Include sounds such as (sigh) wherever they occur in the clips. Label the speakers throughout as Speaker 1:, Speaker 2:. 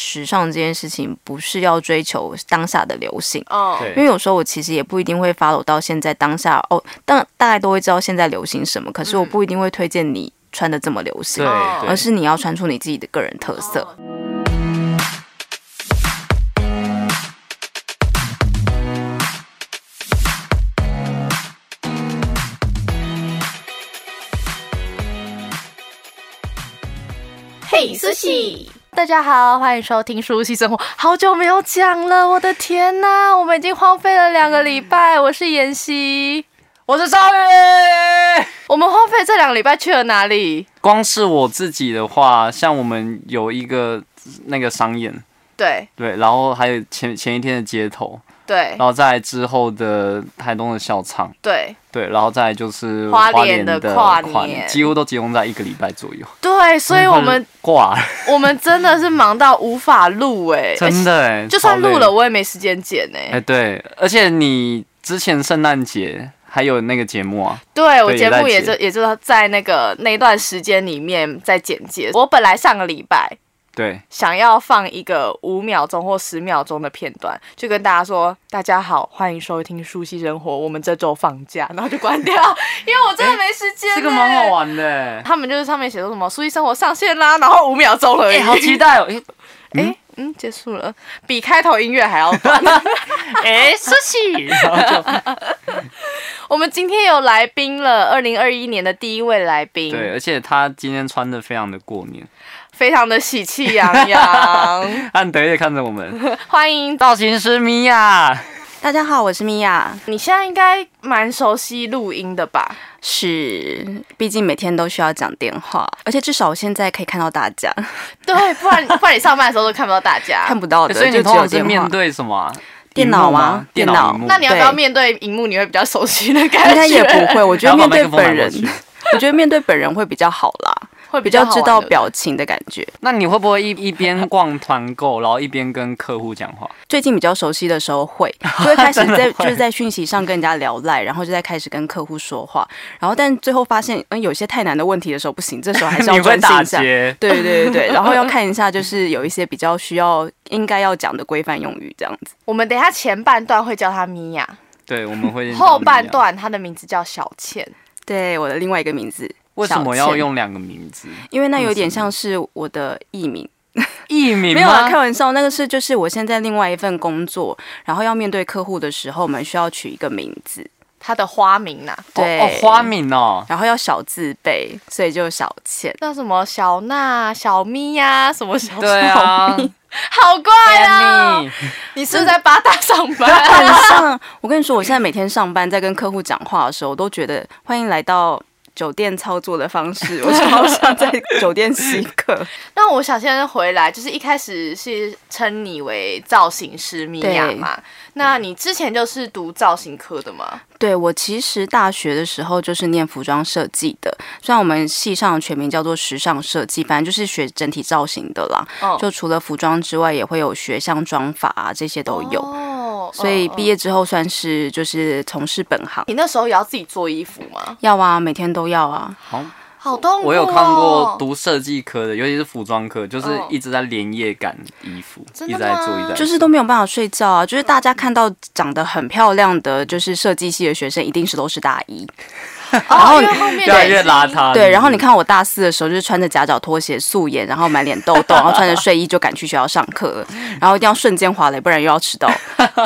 Speaker 1: 时尚这件事情不是要追求当下的流行，
Speaker 2: 哦，
Speaker 1: 因为
Speaker 3: 对，
Speaker 1: 有时候我其实也不一定会 follow 到现在当下哦，但大概都会知道现在流行什么，可
Speaker 3: 嗯
Speaker 1: 是我不一定会推荐你穿的这么流行
Speaker 3: 对，，
Speaker 2: 哦
Speaker 1: 而
Speaker 3: 对
Speaker 1: 是你要穿出你自己的个人特色。
Speaker 2: 嘿，苏西。大家好，欢迎收听《舒西生活》，好久没有讲了，我的天呐，我们已经荒废了两个礼拜。我是妍希，
Speaker 3: 我是赵宇。
Speaker 2: 我们荒废这两个礼拜去了哪里？
Speaker 3: 光是我自己的话，像我们有一个那个商演，
Speaker 2: 对
Speaker 3: 对，然后还有前前一天的街头，
Speaker 2: 对
Speaker 3: 然后再来之后的台东的校场，
Speaker 2: 对
Speaker 3: 对，然后再来就是
Speaker 2: 花莲
Speaker 3: 莲
Speaker 2: 的
Speaker 3: 的
Speaker 2: 跨
Speaker 3: 跨
Speaker 2: 年
Speaker 3: 几乎都集中在一个礼拜左右。
Speaker 2: 对，所以我们
Speaker 3: 挂了，
Speaker 2: 我们真的是忙到无法录哎、
Speaker 3: 真的哎，
Speaker 2: 就算
Speaker 3: 超
Speaker 2: 录
Speaker 3: 累
Speaker 2: 了，我也没时间剪哎、
Speaker 3: 哎，对，而且你之前圣诞节还有那个节目啊，
Speaker 2: 对我
Speaker 3: 对
Speaker 2: 节目也
Speaker 3: 也在
Speaker 2: 就
Speaker 3: 剪
Speaker 2: 也就在那个那段时间里面在剪接。我本来上个礼拜
Speaker 3: 对，
Speaker 2: 想要放一个五秒钟或十秒钟的片段，就跟大家说：“大家好，欢迎收听《舒西生活》，我们这周放假。”然后就关
Speaker 3: (laughs)
Speaker 2: 掉，因为我真的没时间、
Speaker 3: 哎
Speaker 2: 哎
Speaker 3: 这个蛮好。玩的欸，
Speaker 2: 他们就是上面写说什么“舒西生活上线啦”，然后五秒钟而已。
Speaker 3: 哎，好期待哦，哎
Speaker 2: (laughs) 哎、嗯，结束了，比开头音乐还要短。
Speaker 3: (laughs) 哎，苏西，然后就
Speaker 2: 我们今天有来宾了，二零二一年的第一位来宾，
Speaker 3: 对，而且他今天穿的非常的过年，
Speaker 2: 非常的喜气洋 (laughs) 洋。
Speaker 3: (laughs) 他很得意地看着
Speaker 1: (laughs)
Speaker 3: 我们，
Speaker 2: 欢迎
Speaker 3: 造型师米娅，
Speaker 1: (laughs) 大家好，我是米娅，
Speaker 2: 你现在应该蛮熟悉录音的吧？
Speaker 1: 是，毕竟每天都需要讲电话，而且至少我现在可以看到大家，
Speaker 2: 对，不然不然你上班的时候都看不到大 (laughs) 家。嗯
Speaker 1: 看不到的，
Speaker 3: 所以你
Speaker 1: 就
Speaker 3: 通
Speaker 1: 只有
Speaker 3: 常是
Speaker 1: 电话
Speaker 3: 面对什么啊？
Speaker 1: 电脑吗
Speaker 3: 吗？电
Speaker 1: 电脑
Speaker 3: 荧幕
Speaker 2: 那你要不
Speaker 1: 对
Speaker 2: 要面对荧幕？你会比较熟悉的感觉？
Speaker 1: 应该也不会，我觉得
Speaker 3: (laughs)
Speaker 1: 面
Speaker 3: 然后把
Speaker 1: 对
Speaker 3: 麦克风拿
Speaker 1: 本
Speaker 3: 过
Speaker 1: 人
Speaker 3: 去，
Speaker 1: (laughs) 我觉得面对本人会比较好啦，
Speaker 2: (laughs) 会
Speaker 1: 比较
Speaker 2: 好玩
Speaker 1: 知道
Speaker 2: 的。
Speaker 1: 表情的感觉。
Speaker 3: 那你会不会一一边逛团购，然后一边跟客户讲话？
Speaker 1: 最近比较熟悉的时候
Speaker 3: (laughs)
Speaker 1: 会，就会开始
Speaker 3: 真的
Speaker 1: 在
Speaker 3: 会
Speaker 1: 就是在讯息上跟人家聊赖，然后就在开始跟客户说话，然后但最后发现，嗯，有些太难的问题的时候不行，这时候还是要
Speaker 3: (laughs) 你会
Speaker 1: 专心
Speaker 3: 打
Speaker 1: 一下。(laughs)
Speaker 3: 结？
Speaker 1: 对对对对，然后要看一下，就是有一些比较需要应该要讲的规范用语这样子。
Speaker 2: 我们等一下前半段会叫她米娅，
Speaker 3: 对，我们
Speaker 1: (laughs)
Speaker 3: 会
Speaker 2: 后半段她的名字叫小倩。
Speaker 1: 对，我的另外一个名字，
Speaker 3: 为什么
Speaker 1: 小
Speaker 3: 要
Speaker 1: 倩
Speaker 3: 用两个名字？
Speaker 1: 因为那有点像是我的艺名，
Speaker 3: 艺名
Speaker 1: 没有啊，
Speaker 3: 吗
Speaker 1: 开？玩笑，那个是就是我现在另外一份工作，然后要面对客户的时候，我们需要取一个名字，
Speaker 2: 她的花名啊呐、
Speaker 3: 哦
Speaker 1: 对，
Speaker 3: 哦，花，名哦，
Speaker 1: 然后要小字辈，所以就小倩。
Speaker 2: 那什么小娜、小咪呀、什么小
Speaker 3: 对
Speaker 2: (laughs)
Speaker 3: 啊，
Speaker 2: 好怪啊、
Speaker 3: Annie
Speaker 2: 你是不是在八大上
Speaker 1: 晚
Speaker 2: 班？
Speaker 1: 上，我跟你说，我现在每天上班在跟客户讲话的时候，我都觉得欢迎来到酒店操作的方式，我超想在酒店吸
Speaker 2: (laughs)
Speaker 1: 客。
Speaker 2: 那我想先回来，就是一开始是称你为造型师米娅嘛？那你之前就是读造型科的吗？
Speaker 1: 对我其实大学的时候就是念服装设计的，虽然我们系上的全名叫做时尚设计，反正就是学整体造型的啦。
Speaker 2: 哦
Speaker 1: 就除了服装之外，也会有学像妆法啊这些都有。
Speaker 2: 哦
Speaker 1: 所以毕。
Speaker 2: 嗯嗯
Speaker 1: 业之后算是就是从事本行。
Speaker 2: 你那时候也要自己做衣服吗？
Speaker 1: 要啊，每天都要啊。
Speaker 3: 好，
Speaker 2: 好痛苦、哦！
Speaker 3: 我有看过读设计科的，尤其是服装科，就是
Speaker 2: 哦
Speaker 3: 一直在连夜赶衣服，
Speaker 2: 真
Speaker 3: 一
Speaker 2: 的
Speaker 3: 直在做，
Speaker 2: 吗
Speaker 3: 一直在做
Speaker 1: 就是都没有办法睡觉啊！就是大家看到长得很漂亮的，就是设计系的学生，一定是都是大一。
Speaker 2: 然
Speaker 1: 后
Speaker 2: 因为后面
Speaker 3: 越来
Speaker 2: 累积
Speaker 3: 越邋。遢。
Speaker 1: 对，然后你看我大四的时候，就是穿着夹脚拖鞋、素颜，然后满脸痘痘，然后穿着睡衣就赶去学校上课了，然后一定要瞬间滑雷，不然又要迟到。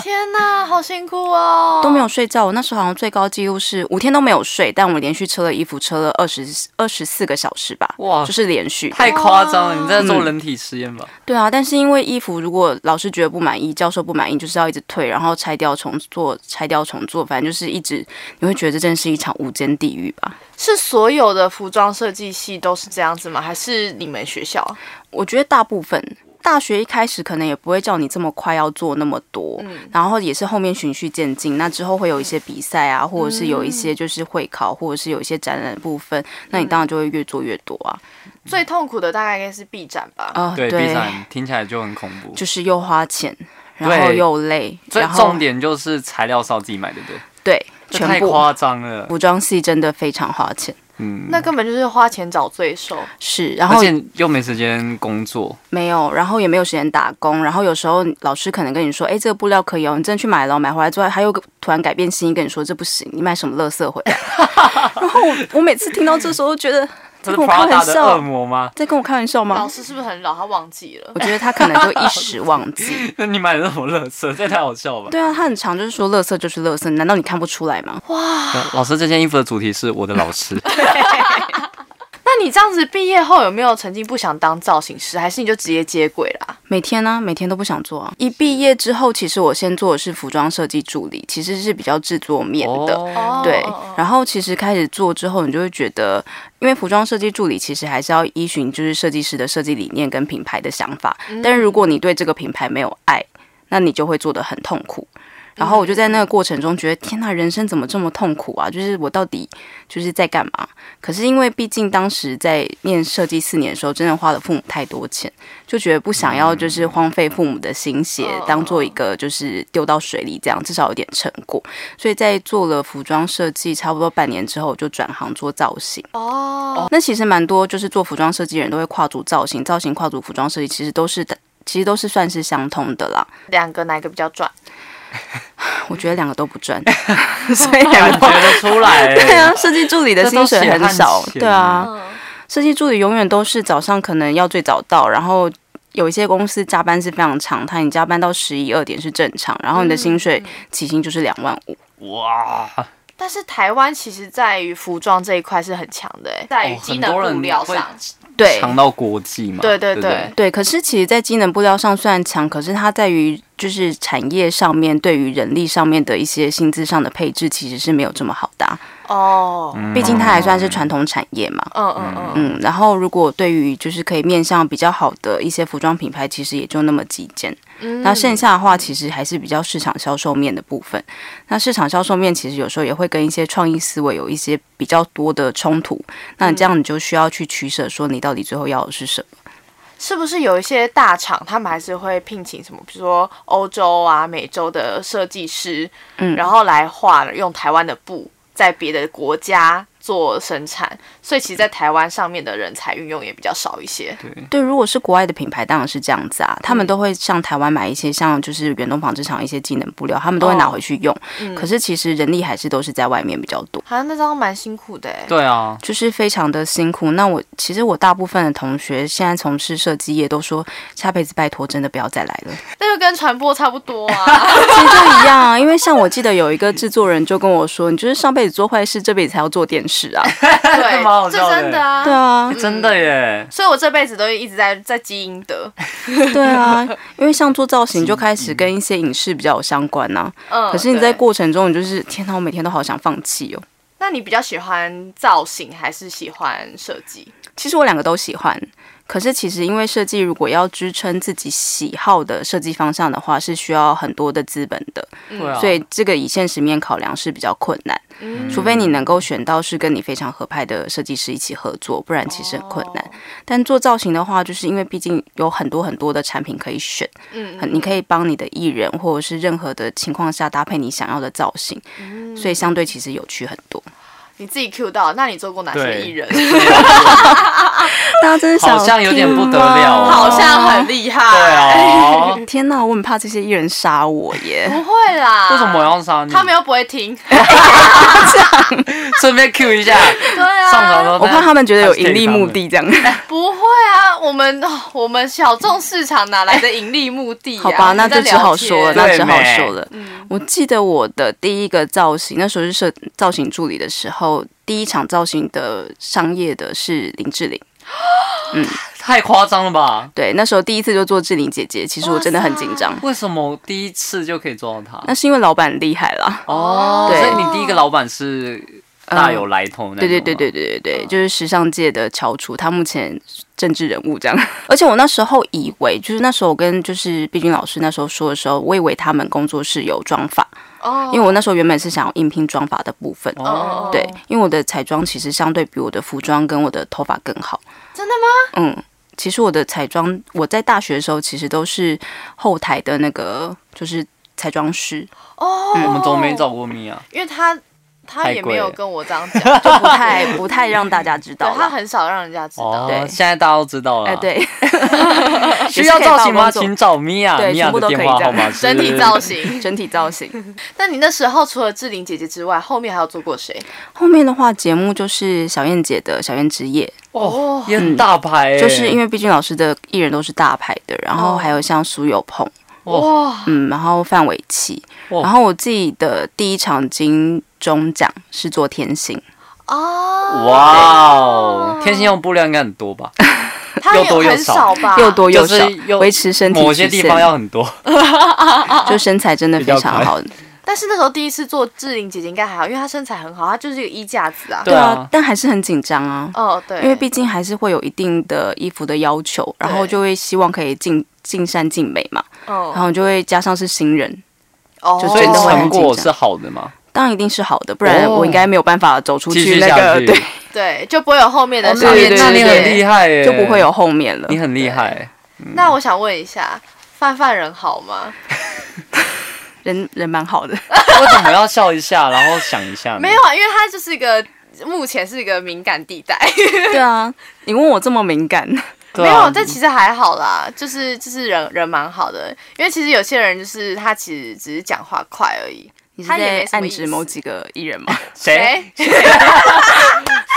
Speaker 2: 天哪，好辛苦哦！
Speaker 1: 都没有睡觉，我那时候好像最高纪录是五天都没有睡，但我连续车了衣服车了二十二十四个小时吧，
Speaker 3: 哇
Speaker 1: 就是连续。
Speaker 3: 太夸张了，
Speaker 2: 哇
Speaker 3: 你在做人体实验吧？
Speaker 1: 对啊，但是因为衣服如果老师觉得不满意，教授不满意，就是要一直退，然后拆掉重做，拆掉重做，反正就是一直，你会觉得这真是一场无间地狱吧？
Speaker 2: 是所有的服装设计系都是这样子吗？还是你们学校？
Speaker 1: 我觉得大部分大学一开始可能也不会叫你这么快要做那么多，然后也是后面循序渐进。那之后会有一些比赛啊，或者是有一些就是会考，或者是有一些展览的部分，那你当然就会越做越多啊。
Speaker 2: 最痛苦的大概应该是 B 展吧。
Speaker 1: 啊、
Speaker 3: 对，B 站听起来就很恐怖。
Speaker 1: 就是又花钱，然后
Speaker 3: 对
Speaker 1: 又累，
Speaker 3: 最
Speaker 1: 然后
Speaker 3: 重点就是材料是要自己买的，对不对，
Speaker 1: 对，
Speaker 3: 这太
Speaker 1: 全部
Speaker 3: 夸张了。
Speaker 1: 服装系真的非常花钱。
Speaker 3: 嗯，
Speaker 2: 那根本就是花钱找罪受。
Speaker 1: 是，然
Speaker 3: 而
Speaker 1: 后
Speaker 3: 且又没时间工作，
Speaker 1: 没有，然后也没有时间打工，然后有时候老师可能跟你说，哎，这个布料可以哦，你真的去买了，买回来之后，他又突然改变心意跟你说这不行，你买什么垃圾回来？ (laughs) 然后我我每次听到这时候都觉
Speaker 3: (laughs)
Speaker 1: 得在
Speaker 3: 这是
Speaker 1: 跟我开
Speaker 3: Prada
Speaker 1: 玩
Speaker 3: 的恶
Speaker 1: 笑，
Speaker 3: 魔吗？
Speaker 1: 在跟我开玩笑
Speaker 2: 老
Speaker 1: 吗？
Speaker 2: 师是不是很老？他忘记了
Speaker 1: 我。觉得他可能就一时忘记。
Speaker 3: 那 (laughs) 你买的什么乐色？这也太好笑了吧！
Speaker 1: 对啊，他很常就是说，垃圾就是垃圾，难道你看不出来吗？
Speaker 3: 老师，这件衣服的主题是我的
Speaker 1: (laughs)
Speaker 3: 老师，
Speaker 2: 那你这样子毕业后有没有曾经不想当造型师，还是你就直接接轨啊啦？
Speaker 1: 每天呢、每天都不想做啊。一毕业之后，其实我先做的是服装设计助理，其实是比较制作面的。
Speaker 3: 哦
Speaker 1: 对
Speaker 2: 哦哦，
Speaker 1: 然后其实开始做之后，你就会觉得，因为服装设计助理其实还是要依循就是设计师的设计理念跟品牌的想法，
Speaker 2: 嗯
Speaker 1: 但是如果你对这个品牌没有爱，那你就会做得很痛苦。然后我就在那个过程中觉得，天呐，人生怎么这么痛苦啊？就是我到底就是在干嘛？可是因为毕竟当时在念设计四年的时候，真的花了父母太多钱，就觉得不想要就是荒废父母的心血
Speaker 2: 哦，
Speaker 1: 当做一个就是丢到水里这样，至少有点成果。所以在做了服装设计差不多半年之后，我就转行做造型。
Speaker 2: 哦，
Speaker 1: 那其实蛮多，就是做服装设计的人都会跨足造型，造型跨足服装设计，其实都是其实都是算是相通的啦。
Speaker 2: 两个哪一个比较赚？
Speaker 1: 我觉得两个都不赚， (laughs) 所以两个
Speaker 3: 感觉得出来、
Speaker 1: (laughs) 对
Speaker 3: 欸。
Speaker 1: 啊，设计助理的薪水很少
Speaker 3: 这都血汗，钱
Speaker 1: 对啊，
Speaker 2: 嗯，
Speaker 1: 设计助理永远都是早上可能要最早到，然后。有一些公司加班是非常常态，你加班到十一二点是正常，然后你的薪水起薪就是两万五。
Speaker 3: 哇，
Speaker 2: 但是台湾其实在于服装这一块是很强的、欸，在于
Speaker 3: 哦
Speaker 2: 机
Speaker 3: 很
Speaker 2: 能
Speaker 3: 多人
Speaker 2: 布料
Speaker 3: 会
Speaker 2: 上，
Speaker 1: 对，
Speaker 3: 强到国际嘛？
Speaker 2: 对对
Speaker 3: 对不
Speaker 2: 对
Speaker 1: 对，可是其实，在机能布料上虽然强，可是它在于就是产业上面对于人力上面的一些薪资上的配置，其实是没有这么好的啊、
Speaker 2: 哦，
Speaker 3: 嗯
Speaker 1: 毕竟它还算是传统产业嘛。
Speaker 2: 嗯嗯嗯，
Speaker 1: 嗯，然后如果对于就是可以面向比较好的一些服装品牌，其实也就那么几件。
Speaker 2: 嗯
Speaker 1: 那剩下的话，其实还是比较市场销售面的部分。那市场销售面其实有时候也会跟一些创意思维有一些比较多的冲突。那你这样你就需要去取舍，说你到底最后要的是什么。
Speaker 2: 是不是有一些大厂，他们还是会聘请什么，比如说欧洲啊、美洲的设计师，
Speaker 1: 嗯
Speaker 2: 然后来画用台湾的布，在别的国家做生产，所以其实，在台湾上面的人才运用也比较少一些。
Speaker 3: 对
Speaker 1: 对，如果是国外的品牌，当然是这样子啊，他们都会上台湾买一些像就是远东纺织厂一些技能布料，他们都会拿回去用。可是其实人力还是都是在外面比较多，
Speaker 2: 好像、那张蛮辛苦的、欸，
Speaker 3: 对啊，
Speaker 1: 就是非常的辛苦。那我其实我大部分的同学现在从事设计业都说，下辈子拜托真的不要再来了，
Speaker 2: 那就跟传播差不多
Speaker 3: (laughs)
Speaker 2: 啊。
Speaker 1: 其实就一样啊。因为像我记得有一个制作人就跟我说，你就是上辈子做坏事，这辈子才要做电视啊。
Speaker 2: 对，
Speaker 3: 蛮好
Speaker 2: 这
Speaker 3: 笑的
Speaker 2: 真的
Speaker 1: (laughs)
Speaker 2: 啊。
Speaker 1: 对啊，
Speaker 3: 真的耶，
Speaker 2: 所以我这辈子都一直在在积阴德，
Speaker 1: 对啊，因为像做造型就开始跟一些影视比较有相关呐、
Speaker 2: 嗯。
Speaker 1: 可是你在
Speaker 2: 对，
Speaker 1: 过程中，你就是天哪，我每天都好想放弃哦。
Speaker 2: 那你比较喜欢造型还是喜欢设计？
Speaker 1: 其实我两个都喜欢，可是其实因为设计，如果要支撑自己喜好的设计方向的话，是需要很多的资本的，
Speaker 3: 对啊，
Speaker 1: 嗯所以这个以现实面考量是比较困难。
Speaker 2: 嗯
Speaker 1: 除非你能够选到是跟你非常合拍的设计师一起合作，不然其实很困难。
Speaker 2: 哦
Speaker 1: 但做造型的话，就是因为毕竟有很多很多的产品可以选，
Speaker 2: 嗯
Speaker 1: 很你可以帮你的艺人或者是任何的情况下搭配你想要的造型，
Speaker 2: 嗯
Speaker 1: 所以相对其实有趣很多。
Speaker 2: 你自己 Q 到，那你做过哪些
Speaker 3: 对
Speaker 2: 艺
Speaker 1: (laughs)
Speaker 2: 人？
Speaker 1: 大家真的想
Speaker 3: 好像有点不得
Speaker 1: 听吗
Speaker 3: 了哦
Speaker 2: 好像很厉害。
Speaker 1: (laughs)
Speaker 3: 对啊，
Speaker 1: 天哪，我很怕这些艺人杀我耶！
Speaker 2: 不会啦。
Speaker 3: 为什么我？要杀你？
Speaker 2: 他们又不会听。
Speaker 3: 顺便 Q 一
Speaker 1: (laughs)
Speaker 3: 下，
Speaker 2: 对啊。
Speaker 3: (laughs) 上床的时候
Speaker 1: 我怕他们觉得有盈利目的这样。
Speaker 2: (laughs) 不会啊，我们哦我们小众市场哪来的盈利目的、啊？
Speaker 1: (laughs) 好吧，那
Speaker 2: 我们在
Speaker 1: 就只好说了，
Speaker 2: 了解。嗯
Speaker 1: 那
Speaker 3: 对
Speaker 1: 只好
Speaker 3: 没
Speaker 1: 说了。我记得我的第一个造型，那时候是设造型助理的时候，第一场造型的商业的是林志玲。
Speaker 3: 太夸张了吧？
Speaker 1: 对，那时候第一次就做志玲姐姐，其实我真的很紧张。
Speaker 3: 为什么第一次就可以做到他
Speaker 1: 那？是因为老板厉害啦。
Speaker 3: 哦，
Speaker 1: 对嗯
Speaker 3: 所以你第一个老板是大有来头那种吗啊
Speaker 1: 对对对对对对对，
Speaker 2: 嗯
Speaker 1: 就是时尚界的翘楚，他目前政治人物这样。 (laughs) 而且我那时候以为，就是那时候我跟就是毕君老师那时候说的时候，我以为他们工作室有妆发，
Speaker 2: 哦
Speaker 1: 因为我那时候原本是想要应聘妆发的部分。
Speaker 2: 哦
Speaker 3: 哦，
Speaker 1: 对，因为我的彩妆其实相对比我的服装跟我的头发更好。
Speaker 2: 真的吗？
Speaker 1: 嗯，其实我的彩妆，我在大学的时候其实都是后台的那个，就是彩妆师。
Speaker 2: 哦、
Speaker 3: 我们怎么没找过米啊？
Speaker 2: 因为他他也
Speaker 3: 太贵
Speaker 2: 没有
Speaker 3: 了
Speaker 2: 跟我这样讲，
Speaker 1: 就不太不太让大家知
Speaker 2: 对
Speaker 1: 道
Speaker 2: 他
Speaker 1: 了。
Speaker 2: 很少让人家知道
Speaker 3: 哦。
Speaker 1: 对，
Speaker 3: 现在大家都知道了。
Speaker 1: 哎，，对，(laughs) 也是可以
Speaker 3: 需要造型吗？
Speaker 1: 报工作
Speaker 3: 请找米娅，
Speaker 1: 对
Speaker 3: 米娅
Speaker 1: 全部
Speaker 3: 的
Speaker 1: 都可以
Speaker 3: 电话
Speaker 1: 这
Speaker 3: 号
Speaker 1: 样
Speaker 3: 码是
Speaker 2: 整体造。型。
Speaker 1: 整体造型。
Speaker 2: (laughs) 那你那时候除了志玲姐姐之外，后面还有做过谁？
Speaker 1: 后面的话，节目就是小燕姐的小燕之夜，
Speaker 2: 哦，
Speaker 3: 也很大牌欸，
Speaker 1: 就是因
Speaker 3: 为
Speaker 1: 为毕竟老师的艺人都是大牌的，然后
Speaker 2: 哦
Speaker 1: 还有像苏有朋，
Speaker 2: 哇，
Speaker 1: 嗯，然后范玮琪，
Speaker 3: 哇
Speaker 1: 然后我自己的第一场金钟奖是做天星，
Speaker 2: 啊，
Speaker 3: 哇哦，天星用布料应该很多吧？
Speaker 2: 他
Speaker 3: 又
Speaker 2: 也
Speaker 3: 多又
Speaker 2: 很
Speaker 3: 少
Speaker 2: 少吧？
Speaker 1: 又多又
Speaker 3: 啊就
Speaker 1: 少
Speaker 3: 是，又
Speaker 1: 维持身体
Speaker 3: 某些
Speaker 1: 曲
Speaker 3: 地
Speaker 1: 线
Speaker 3: 方要很多，
Speaker 1: 就身材真的非常好。
Speaker 2: 但是那时候第一次做志玲姐姐应该还好，因为她身材很好，她就是一个衣架子啊。
Speaker 3: 对啊
Speaker 1: 但还是很紧张啊，
Speaker 2: 哦，对，
Speaker 1: 因为毕竟还是会有一定的衣服的要求，然后就会希望可以尽尽善尽美嘛，然
Speaker 2: 哦，
Speaker 1: 后就会加上是新人，
Speaker 2: 哦
Speaker 1: 就
Speaker 3: 所以
Speaker 1: 真的会
Speaker 3: 成
Speaker 1: 很紧
Speaker 3: 果
Speaker 1: 张
Speaker 3: 是好的嘛？
Speaker 1: 当然一定是好的，不然
Speaker 3: 哦
Speaker 1: 我应该没有办法走出
Speaker 3: 继
Speaker 1: 去
Speaker 3: 续
Speaker 1: 那
Speaker 3: 下
Speaker 1: 个
Speaker 3: 去，哦
Speaker 1: 对，
Speaker 2: 对，就不会有后面的
Speaker 1: 哦
Speaker 2: 小
Speaker 1: 对
Speaker 2: 燕
Speaker 1: 对
Speaker 2: 之
Speaker 3: 那你
Speaker 2: 夜
Speaker 3: 很厉害耶，
Speaker 1: 就不会有后面了
Speaker 3: 你。很厉害，
Speaker 2: 那我想问一下，范范人好吗？
Speaker 1: 人人蛮好的，
Speaker 3: 为什么要笑一下，然后想一下呢？
Speaker 2: 没有啊，因为他就是一个目前是一个敏感地带，
Speaker 1: 对啊， (laughs) 你问我这么敏
Speaker 2: (laughs)
Speaker 1: 感，
Speaker 3: 对
Speaker 2: 没
Speaker 3: 啊，
Speaker 2: 有，但其实还好啦，就是就是人人蛮好的，因为其实有些人就是他其实只是讲话快而已。
Speaker 1: 你是
Speaker 2: 他也没
Speaker 1: 在
Speaker 2: 什么
Speaker 1: 暗
Speaker 2: 意
Speaker 1: 指
Speaker 2: 思
Speaker 1: 某几个艺人吗？
Speaker 2: (laughs)
Speaker 3: 谁
Speaker 2: 谁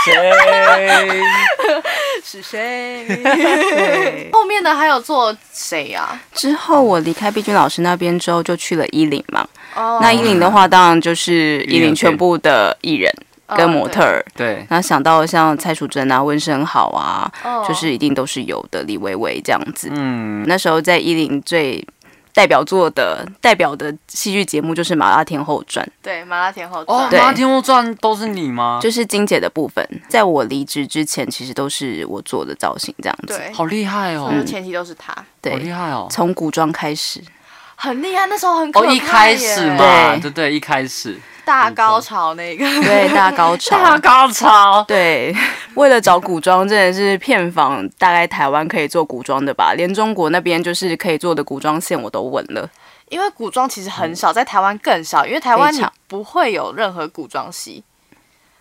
Speaker 3: 谁？ (laughs)
Speaker 2: 是谁？
Speaker 1: 对。
Speaker 2: 后面呢还有做谁啊呀、
Speaker 1: 之后我离开毕君老师那边之后，就去了伊林嘛。
Speaker 2: 啊？哦
Speaker 1: 那伊林的话，当然就是伊林全部的艺人
Speaker 2: 哦
Speaker 1: 跟模特，儿。
Speaker 3: 对，
Speaker 1: 那想到像蔡淑珍啊、温升豪啊，
Speaker 2: 哦对
Speaker 1: 就是一定都是有的。李维维这样子，
Speaker 3: 嗯，
Speaker 1: 那时候在伊林最代表作的代表的戏剧节目就是《麻辣天后传
Speaker 2: 对麻辣天后
Speaker 3: 哦，
Speaker 2: 传，
Speaker 1: 对
Speaker 3: 妈天后传都是你吗》，？
Speaker 1: 就是金姐的部分。在我离职之前，其实都是我做的造型这样子。
Speaker 2: 对，嗯
Speaker 3: 好厉害哦
Speaker 2: 所，有前提都是他，
Speaker 3: 好厉
Speaker 1: 对，
Speaker 3: 害哦。
Speaker 1: 从古装开始，
Speaker 2: 很厉害。那时候很可
Speaker 3: 哦，
Speaker 2: 怕
Speaker 3: 一开始
Speaker 2: 耶
Speaker 3: 嘛，
Speaker 1: 对
Speaker 3: 对对，一开始
Speaker 2: 大高潮那个，
Speaker 3: 嗯
Speaker 1: 对大高
Speaker 3: (laughs)
Speaker 1: 潮，
Speaker 3: 高潮，
Speaker 1: 对， (laughs) 为了找古装真的是片方，大概台湾可以做古装的吧，连中国那边就是可以做的古装线我都问了。
Speaker 2: 因为古装其实很少，在台湾更少，因为台湾
Speaker 1: 非
Speaker 2: 你
Speaker 1: 常
Speaker 2: 不会有任何古装戏，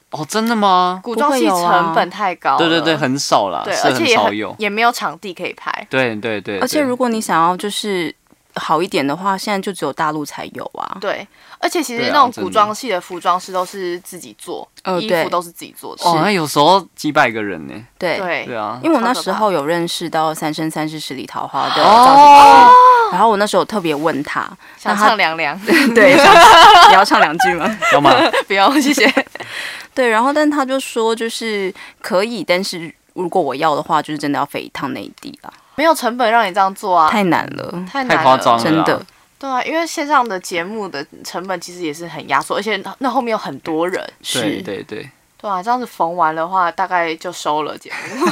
Speaker 3: 哦，真的吗？
Speaker 2: 古装戏
Speaker 1: 不会有啊
Speaker 2: 成本太高了，
Speaker 3: 对对对，很少啦，
Speaker 2: 对，
Speaker 3: 是
Speaker 2: 而且
Speaker 3: 很
Speaker 2: 也
Speaker 3: 少
Speaker 2: 很
Speaker 3: 有，
Speaker 2: 也没有场地可以拍。
Speaker 3: 对对对，
Speaker 1: 而且
Speaker 3: 对
Speaker 1: 如果你想要就是好一点的话，现在就只有大陆才有啊。
Speaker 2: 对，而且其实
Speaker 3: 对啊
Speaker 2: 那种
Speaker 3: 真的
Speaker 2: 古装戏的服装师都是自己做，
Speaker 1: 呃
Speaker 2: 衣
Speaker 1: 对
Speaker 2: 服都是自己做的。
Speaker 3: 哦，那有时候几百个人呢，
Speaker 1: 对。
Speaker 2: 对
Speaker 3: 对啊，
Speaker 1: 因为我那
Speaker 2: 超可
Speaker 1: 时
Speaker 2: 怕
Speaker 1: 候有认识到《三生三世十里桃花》的造型师，
Speaker 2: 哦
Speaker 1: 然后我那时候有特别问他，
Speaker 2: 想唱凉凉，
Speaker 1: (laughs) 对，想 (laughs) 你要唱两句吗？
Speaker 3: 要么
Speaker 2: (laughs) 不用谢谢。
Speaker 1: (laughs) 对，然后但他就说就是可以，但是如果我要的话，就是真的要飞一趟内地啦，
Speaker 2: 没有成本让你这样做啊，
Speaker 1: 太难了，
Speaker 2: 太难
Speaker 3: 太夸张
Speaker 2: 了。
Speaker 3: 了，
Speaker 1: 真 (laughs) 的。。
Speaker 2: 对啊，因为线上的节目的成本其实也是很压缩，而且那后面有很多人。
Speaker 3: 对
Speaker 1: 是
Speaker 3: 对对，
Speaker 2: 对啊，这样子缝完的话，大概就收了 (laughs) 节目。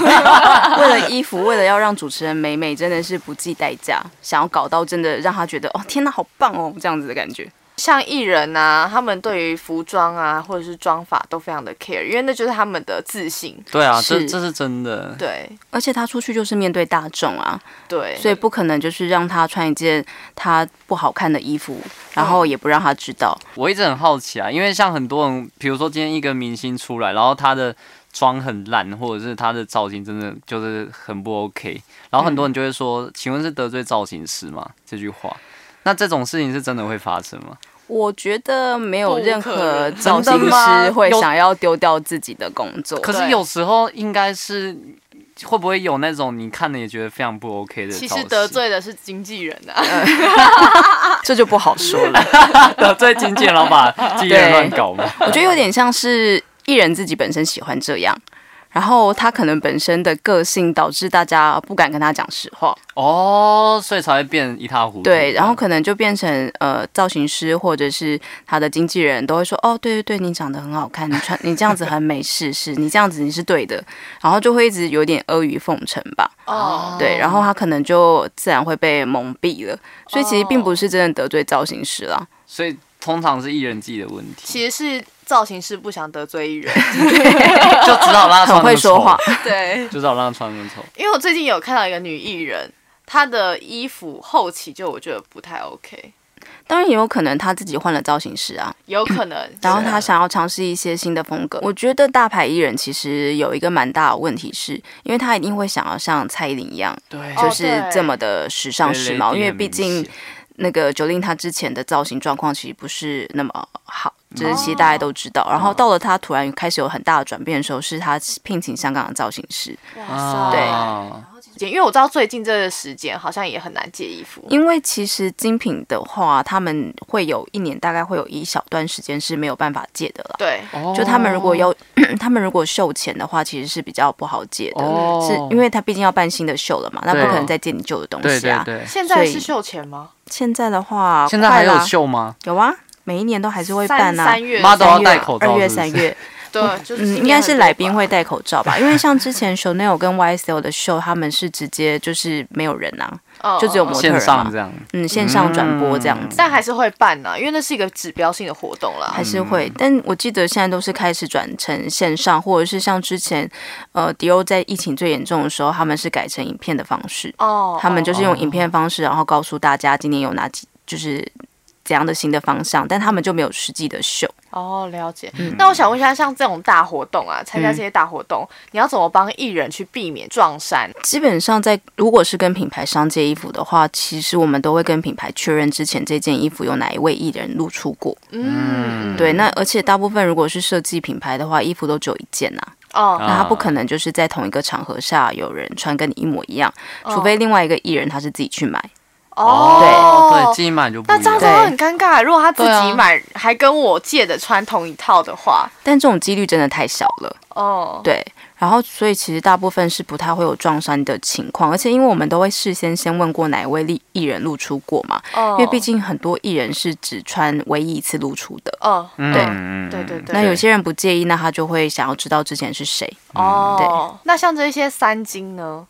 Speaker 1: 为了衣服，为了要让主持人美美，真的是不计代价，想要搞到真的让她觉得哦，天哪，好棒哦，这样子的感觉。
Speaker 2: 像艺人啊，他们对于服装啊或者是妆法都非常的 care，因为那就是他们的自信。
Speaker 3: 对啊，这
Speaker 1: 是
Speaker 3: 这是真的，
Speaker 2: 对
Speaker 1: 而且她出去就是面对大众啊，
Speaker 2: 对，
Speaker 1: 所以不可能就是让她穿一件她不好看的衣服，然后
Speaker 3: 嗯
Speaker 1: 也不让她知道。
Speaker 3: 我一直很好奇啊，因为像很多人，比如说今天一个明星出来，然后他的妆很烂，或者是他的造型真的就是很不 OK，然后很多人就会说：“请问是得罪造型师吗？”这句 (laughs) 话。那这种事情是真的会发生吗？
Speaker 1: 我觉得没有任何
Speaker 3: 不
Speaker 1: 造
Speaker 3: 无可
Speaker 1: 型
Speaker 3: 忍真的吗
Speaker 1: 师会
Speaker 3: 有
Speaker 1: 想要丢掉自己的工作。
Speaker 3: 可是有时候应该是会不会有那种你看了也觉得非常不 OK 的造
Speaker 2: 其
Speaker 3: 型？
Speaker 2: 实得罪的是经纪人啊。
Speaker 1: 这就不好说了，
Speaker 3: (laughs) 得罪经纪人老板，经纪人乱搞吗？
Speaker 1: 我觉得有点像是艺人自己本身喜欢这样，然后他可能本身的个性导致大家不敢跟他讲实话。
Speaker 3: (laughs) 哦，所以才会变一塌糊涂。
Speaker 1: 对，然后可能就变成呃，造型师或者是他的经纪人都会说，哦，对对对，你长得很好看，你穿你这样子很美，是是，你这样子你是对的，然后就会一直有点阿谀奉承吧，
Speaker 2: 哦，
Speaker 1: 对，然后他可能就自然会被蒙蔽了，所以其实并不
Speaker 2: 哦
Speaker 1: 是真的得罪造型师啦，
Speaker 3: 所以通常是艺人自己的问题，
Speaker 2: 其实是造型师不想得罪艺
Speaker 1: (laughs)
Speaker 2: 人。
Speaker 3: 就只好让他穿
Speaker 1: 很
Speaker 3: 那么
Speaker 1: 会说
Speaker 3: 丑
Speaker 1: 话，
Speaker 2: 对，
Speaker 3: 就只好让他穿那么丑。
Speaker 2: (laughs) 因为我最近有看到一个女艺人，她的衣服后期就我觉得不太 OK。
Speaker 1: 当然也有可能他自己换了造型师啊，
Speaker 2: 有可能。
Speaker 1: (clears throat) 然后
Speaker 3: 啊
Speaker 1: 他想要尝试一些新的风格。我觉得大牌艺人其实有一个蛮大的问题是，因为他一定会想要像蔡依林一样，
Speaker 3: 对
Speaker 2: 哦
Speaker 1: 就是这么的时尚
Speaker 3: 对
Speaker 1: 时
Speaker 3: 雷
Speaker 1: 髦，
Speaker 3: 迪
Speaker 1: 因为
Speaker 3: 很
Speaker 1: 毕
Speaker 3: 明
Speaker 1: 竟
Speaker 3: 显
Speaker 1: 那个九令他之前的造型状况其实不是那么好，这、
Speaker 3: 嗯
Speaker 1: 其实大家都知道。然后到了他突然开始有很大的转变的时候，是他聘请香港的造型师，
Speaker 2: 哇
Speaker 1: 对
Speaker 3: 啊
Speaker 2: 对，因为我知道最近这个时间好像也很难借衣服，
Speaker 1: 因为其实精品的话，他们会有一年大概会有一小段时间是没有办法借的啦。
Speaker 2: 对，
Speaker 3: 哦
Speaker 1: 就他们如果要， (clears throat) 他们如果秀钱的话，其实是比较不好借的，
Speaker 3: 哦
Speaker 1: 是因为他毕竟要办新的秀了嘛，那不
Speaker 3: 对
Speaker 1: 可能再借你旧的东
Speaker 3: 对
Speaker 1: 西啊
Speaker 3: 对。对，
Speaker 2: 现在
Speaker 1: 所以
Speaker 2: 是秀钱吗？
Speaker 1: 现在的话，
Speaker 3: 现在还
Speaker 1: 啊快
Speaker 3: 有
Speaker 1: 啦
Speaker 3: 秀吗？
Speaker 1: 有啊，每一年都还是会办
Speaker 2: 三
Speaker 1: 啊。
Speaker 2: 三月
Speaker 3: Model
Speaker 2: 三
Speaker 3: 要
Speaker 1: 三
Speaker 3: 戴口罩
Speaker 1: 二月、
Speaker 3: 是不
Speaker 1: 三
Speaker 3: 是
Speaker 1: 月，
Speaker 2: 对，就是
Speaker 1: 嗯，
Speaker 2: 今
Speaker 1: 应
Speaker 2: 年
Speaker 1: 该
Speaker 2: 很
Speaker 1: 是
Speaker 2: 多
Speaker 1: 来宾
Speaker 2: 吧
Speaker 1: 会戴口罩吧，因为像之前 Chanel 跟 YSL 的秀，他们是直接就是没有人啊，
Speaker 2: 嗯
Speaker 1: 就只有
Speaker 2: 嗯
Speaker 1: 模
Speaker 2: 嗯
Speaker 1: 特
Speaker 3: 线
Speaker 1: 儿
Speaker 3: 上
Speaker 1: 嘛
Speaker 3: 这样，
Speaker 1: 嗯，线上转播这样子。
Speaker 2: 但还是会办啊呢、因为那是一个指标性的活动啦
Speaker 1: 还。是会，但我记得现在都是开始转成线上，或者是像之前，呃，迪欧在疫情最严重的时候，他们是改成影片的方式，
Speaker 2: 哦，
Speaker 1: 他们就是
Speaker 3: 哦
Speaker 1: 用影片方式，然后告诉大家今年有哪几，就是怎样的新的方向，但他们就没有实际的秀。
Speaker 2: 哦了解。
Speaker 1: 嗯
Speaker 2: 那我想问一下，像这种大活动啊，参加这些大活动，你要怎么帮艺人去避免撞衫？
Speaker 1: 基本上在如果是跟品牌商借衣服的话，其实我们都会跟品牌确认之前这件衣服有哪一位艺人露出过。
Speaker 2: 嗯，
Speaker 1: 对，那而且大部分如果是设计品牌的话，衣服都只有一件呐、
Speaker 2: 哦，
Speaker 1: 那他不
Speaker 3: 啊
Speaker 1: 可能就是在同一个场合下有人穿跟你一模一样，
Speaker 2: 哦
Speaker 1: 除非另外一个艺人他是自己去买。
Speaker 2: 哦，
Speaker 3: 对，自己买就不
Speaker 2: 那
Speaker 3: 一
Speaker 2: 这样
Speaker 3: 样
Speaker 2: 子。会很尴尬。如果他
Speaker 1: 嗯
Speaker 2: 自
Speaker 1: 对啊
Speaker 2: 己买，还跟我借的穿同一套的话，
Speaker 1: 但这种几率真的太小了，
Speaker 2: 哦，
Speaker 1: 对。然后，所以其实大部分是不太会有撞衫的情况，而且因为我们都会事先先问过哪一位艺艺人露出过嘛，
Speaker 2: 哦
Speaker 1: 因为毕，竟很多艺人是只穿唯一一次露出的，
Speaker 2: 哦，对，
Speaker 3: 嗯
Speaker 2: 对对对
Speaker 1: 那有些人不介意，那他就会想要知道之前是谁。
Speaker 2: 哦，那像这些三金呢？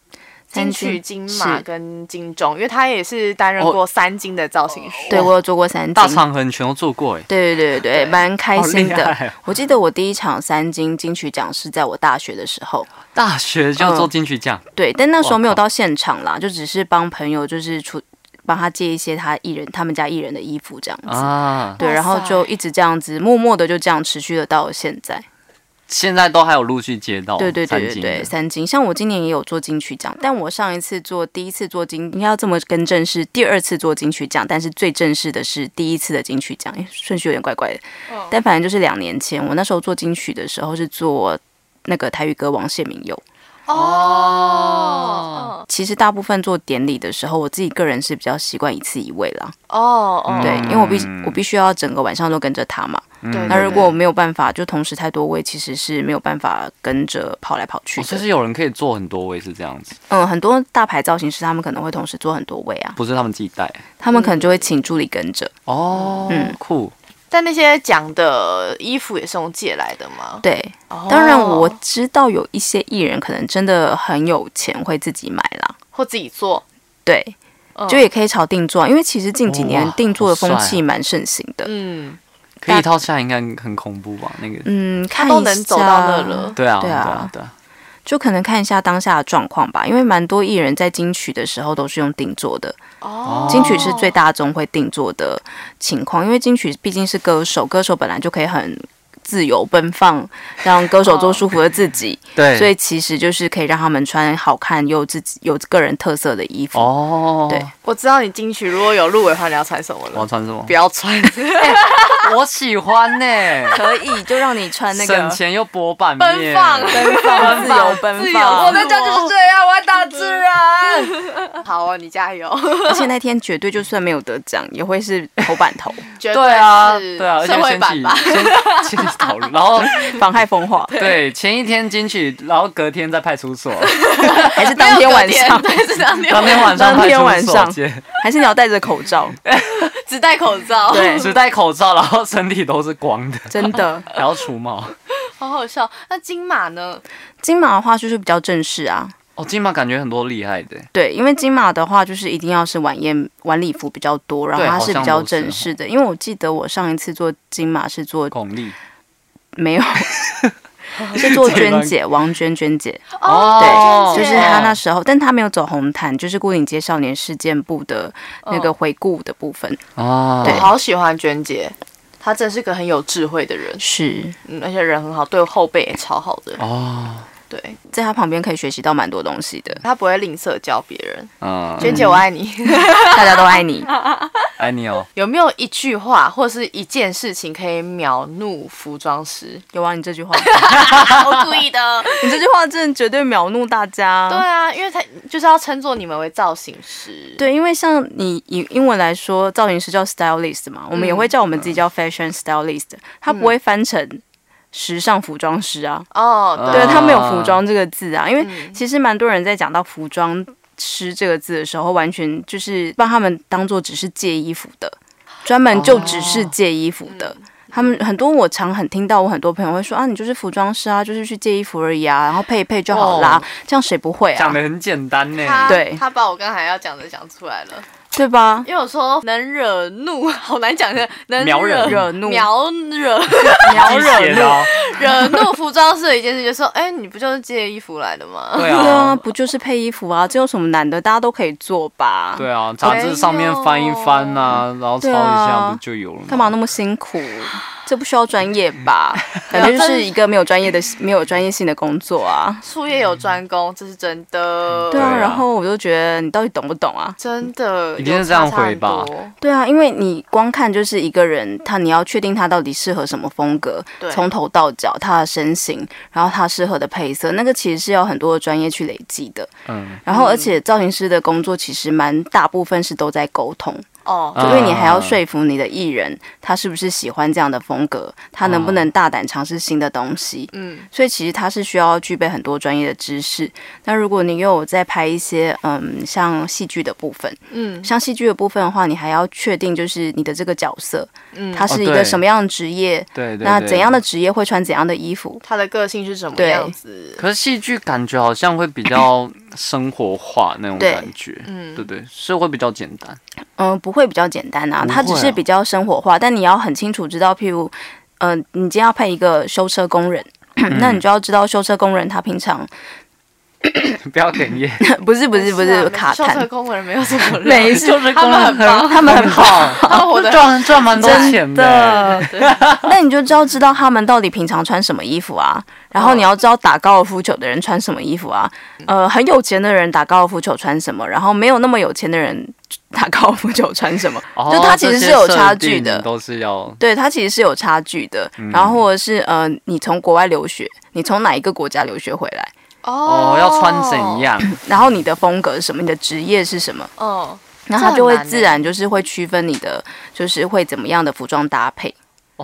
Speaker 2: 金
Speaker 1: 三
Speaker 2: 曲、金
Speaker 1: 金
Speaker 2: 马
Speaker 1: 是
Speaker 2: 跟金钟，因为他也是担任过三金的造型师。
Speaker 1: 对我有做过三
Speaker 3: 大
Speaker 1: 金，
Speaker 3: 场合你全都做过哎，
Speaker 1: 对对对对，蛮开
Speaker 3: 好
Speaker 1: 心
Speaker 3: 厉
Speaker 1: 的。
Speaker 3: 害哦！
Speaker 1: 我记得我第一场三金金曲奖是在我大学的时候，
Speaker 3: 大学就
Speaker 1: 嗯
Speaker 3: 做金曲奖，
Speaker 1: 对，但那时候没有
Speaker 3: 哇靠
Speaker 1: 到现场啦，就只是帮朋友就是出帮他借一些他艺人他们家艺人的衣服这样子。
Speaker 3: 啊，
Speaker 1: 对，
Speaker 2: 哇
Speaker 1: 然后
Speaker 2: 塞
Speaker 1: 就一直这样子，默默的就这样持续的到了现在。
Speaker 3: 现在都还有陆续接到，
Speaker 1: 对对
Speaker 3: 哦三
Speaker 1: 对对
Speaker 3: 金
Speaker 1: 对，
Speaker 3: 的
Speaker 1: 三金。像我今年也有做金曲奖，但我上一次做第一次做金，应该要这么更正是第二次做金曲奖，但是最正式的是第一次的金曲奖，诶顺序有点怪怪的。但反正就是两年前，我那时候做金曲的时候是做。那个台语歌王谢明佑，
Speaker 2: 哦
Speaker 1: 其实大部分做典礼的时候，我自己个人是比较习惯一次一位啦，
Speaker 2: 哦哦，
Speaker 3: 嗯
Speaker 1: 对，因为我必我必须要整个晚上都跟着他嘛。
Speaker 2: 对
Speaker 1: 那如果我没有办法，就同时太多位，其实是没有办法跟着跑来跑去
Speaker 3: 哦，就
Speaker 1: 的。
Speaker 3: 是有人可以做很多位是这样子，
Speaker 1: 嗯，很多大牌造型师他们可能会同时做很多位啊，
Speaker 3: 不是他们自己带
Speaker 1: 他
Speaker 2: 嗯
Speaker 1: 们可能就会请助理跟着。
Speaker 3: 哦，
Speaker 1: 嗯
Speaker 3: 酷，
Speaker 2: 但那些奖的衣服也是用借来的吗？
Speaker 1: 对，
Speaker 2: 哦
Speaker 1: 当然我知道有一些艺人可能真的很有钱，会自己买啦。
Speaker 2: 或自己做，
Speaker 1: 对，
Speaker 2: 嗯
Speaker 1: 就也可以炒定做啊，因为其实近几
Speaker 3: 哦
Speaker 1: 年
Speaker 3: 哇
Speaker 1: 定做的风
Speaker 3: 好帅
Speaker 2: 啊
Speaker 1: 气蛮盛行的。
Speaker 2: 嗯，
Speaker 3: 可以一套下来应该很恐怖吧？那个，
Speaker 1: 嗯，
Speaker 2: 他
Speaker 1: 看
Speaker 2: 都
Speaker 1: 一
Speaker 2: 能走到那
Speaker 1: 下
Speaker 2: 了，
Speaker 3: 对啊，
Speaker 1: 对
Speaker 3: 对
Speaker 1: 啊
Speaker 3: 啊，对啊，
Speaker 1: 就可能看一下当下的状况吧，因为蛮多艺人在金曲的时候都是用定做的，
Speaker 2: 哦
Speaker 1: 金曲是最大众会定做的情况，因为金曲毕竟是歌手，歌手本来就可以很自由奔放，让歌手做舒服的自己，
Speaker 3: (laughs) 对，
Speaker 1: 所以其实就是可以让他们穿好看又自己有个人特色的衣服。
Speaker 3: 哦，
Speaker 1: 对
Speaker 2: 我知道你金曲如果有入围的话，你要穿什么
Speaker 3: 我要
Speaker 2: 了？
Speaker 3: 穿什么
Speaker 2: 不？
Speaker 1: (laughs)
Speaker 2: 要穿， (laughs)
Speaker 3: 我喜欢呢，
Speaker 1: 可以就让你穿那
Speaker 3: 省
Speaker 1: 个
Speaker 3: 钱又博版
Speaker 2: 奔
Speaker 3: 面，
Speaker 2: 放，
Speaker 1: 放自由奔
Speaker 2: 我
Speaker 1: 放，
Speaker 2: 的家就是这样，我要啊大自然。好哦，你加油，
Speaker 1: (laughs) 而且那天绝对就算没有得奖，也会是头版头，
Speaker 2: 绝
Speaker 3: 对啊，
Speaker 2: 是
Speaker 3: 对啊，而且
Speaker 2: 社会
Speaker 3: 先
Speaker 2: 版
Speaker 3: 起
Speaker 2: 吧。
Speaker 3: 先 (laughs) 先讨论，然后
Speaker 1: 妨害风
Speaker 2: (laughs)
Speaker 1: 化，
Speaker 3: 对前一天进去，然后隔天在派出所，
Speaker 1: 还是当天晚上，
Speaker 2: 对，是当天
Speaker 3: 当天晚上
Speaker 1: 当
Speaker 3: 派
Speaker 1: 天
Speaker 3: 出
Speaker 1: 晚
Speaker 3: 所
Speaker 1: 上
Speaker 3: 见，
Speaker 1: 还是你要戴着口罩，
Speaker 2: 只戴口罩，
Speaker 1: 对
Speaker 3: 只戴口罩，然后身体都是光的， (laughs)
Speaker 1: 真的。
Speaker 3: 然后除毛。
Speaker 2: 好好笑。那金马呢？
Speaker 1: 金马的话就是比较正式啊，
Speaker 3: 哦，金马感觉很多厉害的，
Speaker 1: 对，因为金马的话就是一定要是晚宴晚礼服比较多，然后
Speaker 3: 对
Speaker 1: 它
Speaker 3: 好
Speaker 1: 是
Speaker 3: 像
Speaker 1: 比较
Speaker 3: 都是
Speaker 1: 正式的。因为我记得我上一次做金马是做
Speaker 3: 巩俐
Speaker 1: 没有，是
Speaker 3: (laughs)
Speaker 1: 做娟姐，王娟娟姐，
Speaker 3: 哦
Speaker 1: 对，就是她那时候，但她没有走红毯，就是牯岭街少年事件部的那个回顾的部分，
Speaker 3: 啊，
Speaker 2: 我哦好喜欢娟姐，她真是个很有智慧的人，
Speaker 1: 是
Speaker 2: 嗯，而且人很好，对后辈也超好的。
Speaker 3: 哦，
Speaker 2: 对，。
Speaker 1: 在她旁边可以学习到蛮多东西的
Speaker 2: 她不会吝啬教别人。
Speaker 3: 嗯，
Speaker 2: 娟姐，我爱你。 (laughs)
Speaker 1: 大家都爱你，
Speaker 3: 爱你哦，
Speaker 2: 有没有一句话或者是一件事情可以秒怒服装 (laughs) 师？
Speaker 1: 有啊，你这句话，
Speaker 2: 我故意的。
Speaker 1: 你这句话真的绝对秒怒大家。
Speaker 2: (laughs) 对啊，因为他就是要称作你们为造型师。
Speaker 1: 对，因为像你以英文来说，造型师叫 stylist 嘛，我们也
Speaker 3: 嗯
Speaker 1: 会叫我们自己叫 fashion stylist，它不会翻成时尚服装师啊，
Speaker 2: 哦，
Speaker 1: 对，
Speaker 3: 啊嗯
Speaker 1: 它没有服装这个字啊，因为其实蛮多人在讲到服装。师这个字的时候，完全就是把他们当做只是借衣服的，专门就只是
Speaker 3: 哦
Speaker 1: 借衣服的。
Speaker 3: 嗯
Speaker 1: 他们很多我常很听到，我很多朋友会说啊，你就是服装师啊，就是去借衣服而已啊，然后配一配就好啦。
Speaker 3: 哦
Speaker 1: 这样谁不会啊
Speaker 3: 讲？的很简单呢，
Speaker 2: 他
Speaker 1: 对
Speaker 2: 他把我刚才要讲的讲出来了，
Speaker 1: 对吧？
Speaker 2: 因为我说 (laughs) 能惹怒，好难讲的，能
Speaker 3: 秒
Speaker 2: 惹
Speaker 3: (laughs) 惹
Speaker 1: (laughs) 惹怒
Speaker 2: 秒
Speaker 3: (laughs)
Speaker 2: 惹
Speaker 3: 鸡血的哦，
Speaker 2: 惹怒服装师的一件事，就是说，哎，你不就是借衣服来的 (laughs) 吗？
Speaker 3: (laughs) 对
Speaker 1: 对啊，
Speaker 3: 啊，
Speaker 1: 不就是配衣服啊？这有什么难的？大家都可以做吧。
Speaker 3: 对啊，杂志上面翻一翻
Speaker 1: 哎
Speaker 3: 啊，然后抄一下不就有了吗？
Speaker 1: 干嘛那么辛苦？这不需要专业 (laughs) 吧？感觉就
Speaker 2: 但
Speaker 1: 是一个没有专业的、没有专业性的工作啊。
Speaker 2: 术业有专攻，这是真的。
Speaker 1: 对啊，
Speaker 3: 对啊
Speaker 1: 然后我就觉得你到底懂不懂啊？
Speaker 2: 真的
Speaker 3: 一定
Speaker 2: 有
Speaker 3: 是这样
Speaker 2: 差差很
Speaker 3: 回吧
Speaker 2: 多
Speaker 1: 对啊，因为你光看就是一个人，他你要确定他到底适合什么风格
Speaker 2: 对，
Speaker 1: 从头到脚，他的身形，然后他适合的配色，那个其实是要很多的专业去累积的。
Speaker 3: 嗯，
Speaker 1: 然后，而且造型师的工作其实蛮大部分是都在沟通，
Speaker 2: 哦，
Speaker 3: 啊
Speaker 1: 因为你还要说服你的艺人，他是不是喜欢这样的风格，他
Speaker 3: 啊
Speaker 1: 能不能大胆尝试新的东西。
Speaker 2: 嗯，
Speaker 1: 所以其实他是需要具备很多专业的知识。那如果你又有在拍一些嗯像戏剧的部分，
Speaker 2: 嗯
Speaker 1: 像戏剧的部分的话，你还要确定就是你的这个角色，
Speaker 2: 嗯，
Speaker 1: 他
Speaker 2: 他
Speaker 1: 是
Speaker 3: 哦
Speaker 1: 一个
Speaker 3: 对
Speaker 1: 什么样的职业，
Speaker 3: 对对。
Speaker 1: 那
Speaker 3: 对
Speaker 1: 怎样的？职业会穿怎样的衣服。
Speaker 2: 他的个性是什么
Speaker 1: 对
Speaker 2: 样子？
Speaker 3: 可是戏剧感觉好像会比较生活化那种
Speaker 1: 对
Speaker 3: 感觉，
Speaker 2: 嗯
Speaker 3: 对不对？是会比较简单， (laughs)
Speaker 1: 嗯，不会比较简单啊，
Speaker 3: 不
Speaker 1: 它只
Speaker 3: 会
Speaker 1: 是
Speaker 3: 啊
Speaker 1: 比较生活化，但你要很清楚知道，譬如，嗯、你今天要配一个修车工人，
Speaker 3: 嗯
Speaker 1: 那你就要知道修车工人他平常
Speaker 3: 不
Speaker 1: (laughs)
Speaker 3: 要哽咽。
Speaker 1: 不是不是不
Speaker 2: 啊
Speaker 1: 是
Speaker 2: 没
Speaker 1: 卡
Speaker 2: 修车
Speaker 1: 痰，
Speaker 2: 工人没有什
Speaker 1: (laughs)
Speaker 2: 么人，
Speaker 1: 没事
Speaker 3: 就是
Speaker 2: 他们很棒，
Speaker 1: 他们很
Speaker 3: 棒，
Speaker 2: 他们活得
Speaker 3: 赚赚蛮多钱的。
Speaker 1: (laughs) 那你就知道知道他们到底平常穿什么衣服啊，然后你要知道打高尔夫球的人穿什么衣服啊，呃，很有钱的人打高尔夫球穿什么，然后没有那么有钱的人打高尔夫球穿什么， (laughs)
Speaker 3: 哦
Speaker 1: 就它其实是有差距
Speaker 3: 这些设
Speaker 1: 的
Speaker 3: 定都是要
Speaker 1: 对，它其实是有差距的。然后或者是呃，你从国外留学，你从哪一个国家留学回来，
Speaker 2: 哦
Speaker 3: 哦，要穿怎？样？
Speaker 1: 然后你的风格是什么，你的职业是什么，
Speaker 2: 哦，
Speaker 1: 然后它就
Speaker 2: 这很
Speaker 1: 会
Speaker 2: 难欸
Speaker 1: 自然就是会区分你的，就是会怎么样的服装搭配。嗯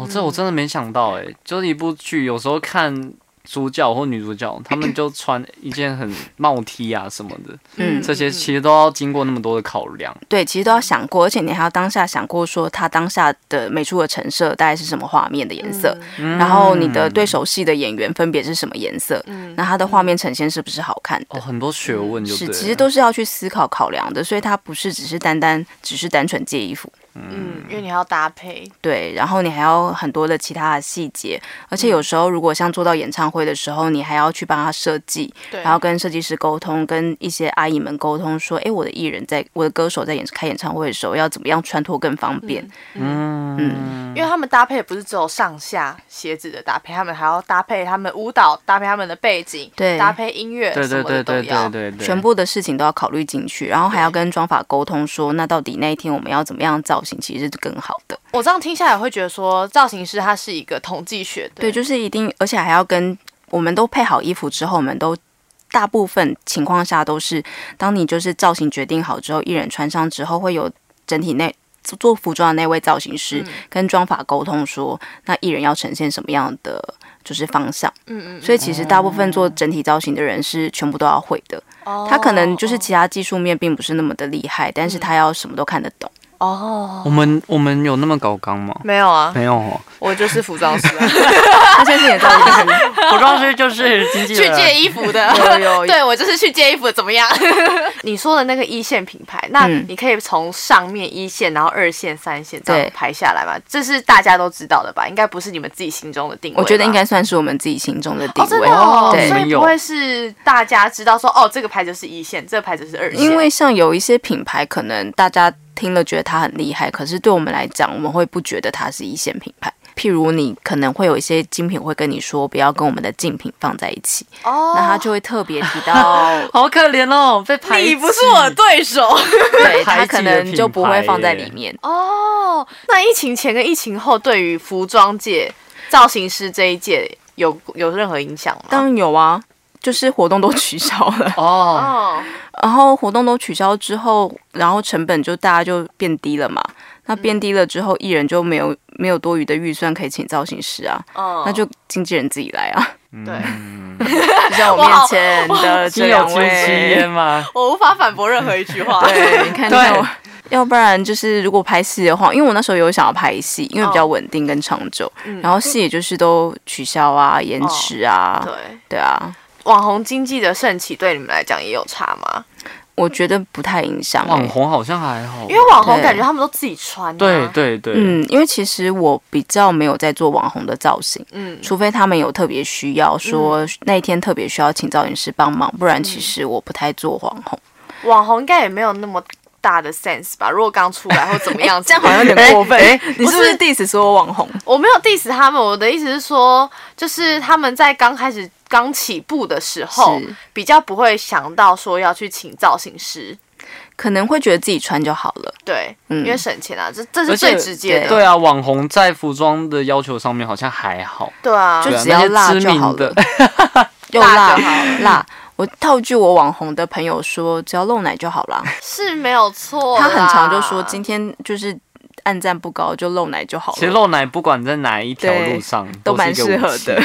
Speaker 3: 哦，这我真的没想到哎、就是一部剧，有时候看主角或女主角，他们就穿一件很帽 T 啊什么的，
Speaker 1: 嗯
Speaker 3: 这些其实都要经过那么多的考量。
Speaker 1: 对，其实都要想过，而且你还要当下想过说他当下的美术的陈设大概是什么画面的颜
Speaker 2: 嗯
Speaker 1: 色，
Speaker 3: 嗯
Speaker 1: 然后你的对手戏的演员分别是什么颜色，那它的画面呈现是不是好看
Speaker 3: 哦，
Speaker 1: 的？，
Speaker 3: 很多学问就是对了
Speaker 1: 其实都是要去思考考量的，所以它不是只是单单只是单纯借衣服，
Speaker 2: 嗯，因为你还要搭配，
Speaker 1: 对，然后你还要很多的其他的细节，而且有时候如果像做到演唱会的时候，你还要去帮他设计，
Speaker 2: 对，
Speaker 1: 然后跟设计师沟通，跟一些阿姨们沟通说，哎，我的艺人在我的歌手在演开演唱会的时候要怎么样穿脱更方便？
Speaker 3: 嗯，
Speaker 2: 因为他们搭配不是只有上下鞋子的搭配，他们还要搭配他们舞蹈，搭配他们的背景，
Speaker 1: 对
Speaker 2: 搭配音乐，
Speaker 3: 对
Speaker 2: 什
Speaker 3: 对
Speaker 2: 么的
Speaker 3: 对
Speaker 2: 都
Speaker 3: 对
Speaker 2: 要
Speaker 3: 对。对对，
Speaker 1: 全部的事情都要考虑进去，然后还要跟妆法沟通说，那到底那一天我们要怎么样造型，其实是更好的。
Speaker 2: 我这样听下来会觉得说，造型师他是一个统计学的，
Speaker 1: 对，就是一定，而且还要跟我们都配好衣服之后，我们都大部分情况下都是，当你就是造型决定好之后，艺人穿上之后，会有整体内做服装的那位造型师、
Speaker 2: 嗯
Speaker 1: 跟妆法沟通说，那艺人要呈现什么样的。就是方向，
Speaker 2: 嗯嗯
Speaker 1: 所以其实大部分做整体造型的人是全部都要会的。
Speaker 2: 哦嗯
Speaker 1: 他可能就是其他技术面并不是那么的厉害，但是他要什么都看得懂。
Speaker 2: 哦，
Speaker 1: (laughs)
Speaker 3: 我们我们有那么搞
Speaker 2: (laughs)
Speaker 3: 纲吗？
Speaker 2: 没有啊，
Speaker 3: 没有哦，
Speaker 2: 我就是服装师、啊，
Speaker 1: 他现在是演造型师，
Speaker 2: (laughs)
Speaker 3: 服装师就是经纪
Speaker 2: 去
Speaker 3: 人。
Speaker 2: 借衣服的。
Speaker 1: 啊 (laughs) 有有
Speaker 2: (laughs) 对我就是去借衣服，怎么样？ (laughs) 你说的那个一线品牌，那
Speaker 1: 嗯
Speaker 2: 你可以从上面一线，然后二线、三线这样
Speaker 1: 对
Speaker 2: 排下来嘛？这是大家都知道的吧？应该不是你们自己心中的定位吧。
Speaker 1: 我觉得应该算是我们自己心中的地
Speaker 2: 哦，真
Speaker 1: 位。
Speaker 2: 的哦，
Speaker 1: 对
Speaker 2: 所
Speaker 3: 你们
Speaker 2: 以
Speaker 3: 有，
Speaker 2: 不会是大家知道说哦，这个牌子是一线，这个牌子是二线，
Speaker 1: 因为像有一些品牌，可能大家听了觉得它很厉害，可是对我们来讲，我们会不觉得它是一线品牌。譬如你可能会有一些精品会跟你说不要跟我们的竞品放在一起，
Speaker 2: 哦，
Speaker 1: 那他就会特别提到
Speaker 2: (laughs)
Speaker 3: 好可怜哦，被排挤。
Speaker 2: 你不是我对手
Speaker 1: 对
Speaker 3: 排
Speaker 1: 他
Speaker 3: 挤的
Speaker 1: 可能就不会放在
Speaker 3: 品
Speaker 1: 里
Speaker 3: 牌
Speaker 1: 面。
Speaker 2: 哦。那疫情前跟疫情后，对于服装界、造型师这一届有有任何影响吗？
Speaker 1: 当然有啊，就是活动都取消了。
Speaker 2: (laughs)
Speaker 3: 哦，
Speaker 2: 哦，
Speaker 1: 然后活动都取消之后，然后成本就大家就变低了嘛。那
Speaker 2: 嗯
Speaker 1: 变低了之后，艺人就没有没有多余的预算可以请造型师啊，
Speaker 2: 哦
Speaker 1: 那就经纪人自己来啊。
Speaker 3: 嗯 (laughs)
Speaker 2: 对。
Speaker 1: 就像我面前的这
Speaker 3: 心有
Speaker 1: 两
Speaker 3: 戚戚
Speaker 1: 位，
Speaker 3: 焉吗？
Speaker 2: 我无法反驳任何一句话。
Speaker 1: (laughs) 对，你看
Speaker 3: 对
Speaker 1: 到。要不然就是，如果拍戏的话，因为我那时候有想要拍戏，因为比较稳定跟长久，
Speaker 2: 嗯
Speaker 1: 然后戏也就是都取消啊、延迟啊，
Speaker 2: 对，
Speaker 1: 对啊，
Speaker 2: 网红经济的盛起对你们来讲也有差吗？
Speaker 1: 我觉得不太影响、欸
Speaker 3: 网红好像还好，
Speaker 2: 嗯因为网红
Speaker 1: 对
Speaker 2: 感觉他们都自己穿、啊。
Speaker 3: 对对对，
Speaker 1: 嗯，因为其实我比较没有在做网红的造型，
Speaker 2: 嗯，
Speaker 1: 除非他们有特别需要，说那一天特别需要请造型师帮忙，不然其实我不太做网红。
Speaker 2: 网红应该也没有那么大的 sense 吧？如果刚出来或怎么样子，
Speaker 1: (laughs) 这样好像有
Speaker 2: 哎
Speaker 1: 点过分。你是不是
Speaker 2: 不
Speaker 1: diss 所有网红？
Speaker 2: 我没有 diss 他们，我的意思是说，就是他们在刚开始刚起步的时候
Speaker 1: 是，
Speaker 2: 比较不会想到说要去请造型师，
Speaker 1: 可能会觉得自己穿就好了。
Speaker 2: 对，
Speaker 1: 嗯
Speaker 2: 因为省钱啊，这这
Speaker 3: 而
Speaker 2: 是
Speaker 3: 且
Speaker 2: 最直接的，
Speaker 3: 对啊，网红在服装的要求上面好像还好，
Speaker 2: 对啊，
Speaker 1: 就
Speaker 3: 对啊
Speaker 1: 只要
Speaker 3: 那些
Speaker 1: 辣
Speaker 3: 知
Speaker 1: 就好
Speaker 3: 名
Speaker 1: 了
Speaker 3: 的，
Speaker 1: 又
Speaker 2: 辣
Speaker 1: 辣
Speaker 2: 就好了
Speaker 1: 辣。我套句我网红的朋友说，只要露奶就好啦。
Speaker 2: 是没有错哦
Speaker 1: 他
Speaker 2: 啦。
Speaker 1: 很常就说今天就是暗赞不高，就露奶就好了。
Speaker 3: (laughs) 其实露奶不管在哪一条路上
Speaker 1: 都
Speaker 3: 是
Speaker 1: 蛮
Speaker 3: 一个
Speaker 1: 适
Speaker 3: 武
Speaker 1: 合
Speaker 3: 器
Speaker 1: 的，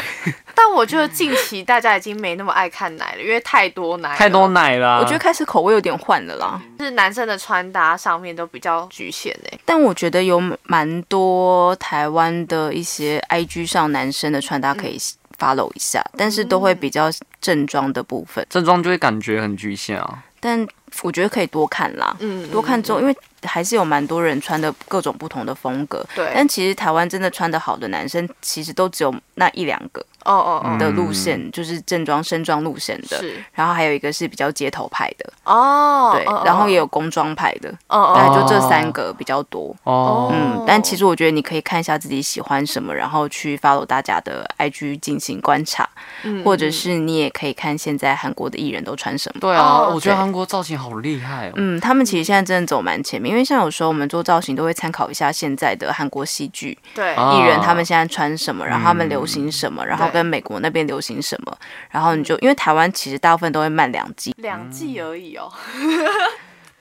Speaker 2: 但我觉得近期大家已经没那么爱看奶了，因为太多奶，
Speaker 3: (laughs) 太多，奶啦。
Speaker 1: 我觉得开始口味有点换了啦。
Speaker 2: 就是男生的穿搭上面都比较局限欸诶、
Speaker 1: 但我觉得有蛮多台湾的一些 IG 上男生的穿搭可
Speaker 2: 嗯
Speaker 1: 以 follow 一下，但是都会比较正装的部分。
Speaker 3: 正装就会感觉很局限啊。
Speaker 1: 但我觉得可以多看啦，
Speaker 2: 嗯，
Speaker 1: 多看之后，因为还是有蛮多人穿的各种不同的风格。
Speaker 2: 嗯对，
Speaker 1: 但其实台湾真的穿的好的男生，其实都只有那一两个
Speaker 2: 哦哦哦，
Speaker 1: 的路线，就是正装、身装路线的。
Speaker 2: 是
Speaker 1: 然后还有一个是比较街头派的，
Speaker 2: 哦，
Speaker 1: 对，
Speaker 2: 哦
Speaker 1: 然后也，有呃工装派的，
Speaker 2: 哦哦
Speaker 1: 大概
Speaker 2: 哦，
Speaker 1: 就这三个比较多。
Speaker 3: 哦，
Speaker 1: 嗯，但其实我觉得你可以看一下自己喜欢什么，然后去 follow 大家的 IG 进行观察，
Speaker 2: 嗯
Speaker 1: 或者是你也可以看现在韩国的艺人都穿什么。
Speaker 3: 对啊，
Speaker 2: 哦
Speaker 3: 我觉
Speaker 1: 对
Speaker 3: 得韩国造型好厉害哦。
Speaker 1: 嗯，他们其实现在真的走蛮前面，因为像有时候我们做造型都会参考一下现在的韩国戏剧
Speaker 2: 嗯对，
Speaker 3: 啊
Speaker 1: 艺人他们现在穿什么，然后他们流行什么，然
Speaker 2: 嗯
Speaker 1: 后跟美国那边流行什么，然后你就因为台湾其实大部分都会慢两季，
Speaker 2: 两季而已哦。
Speaker 1: 嗯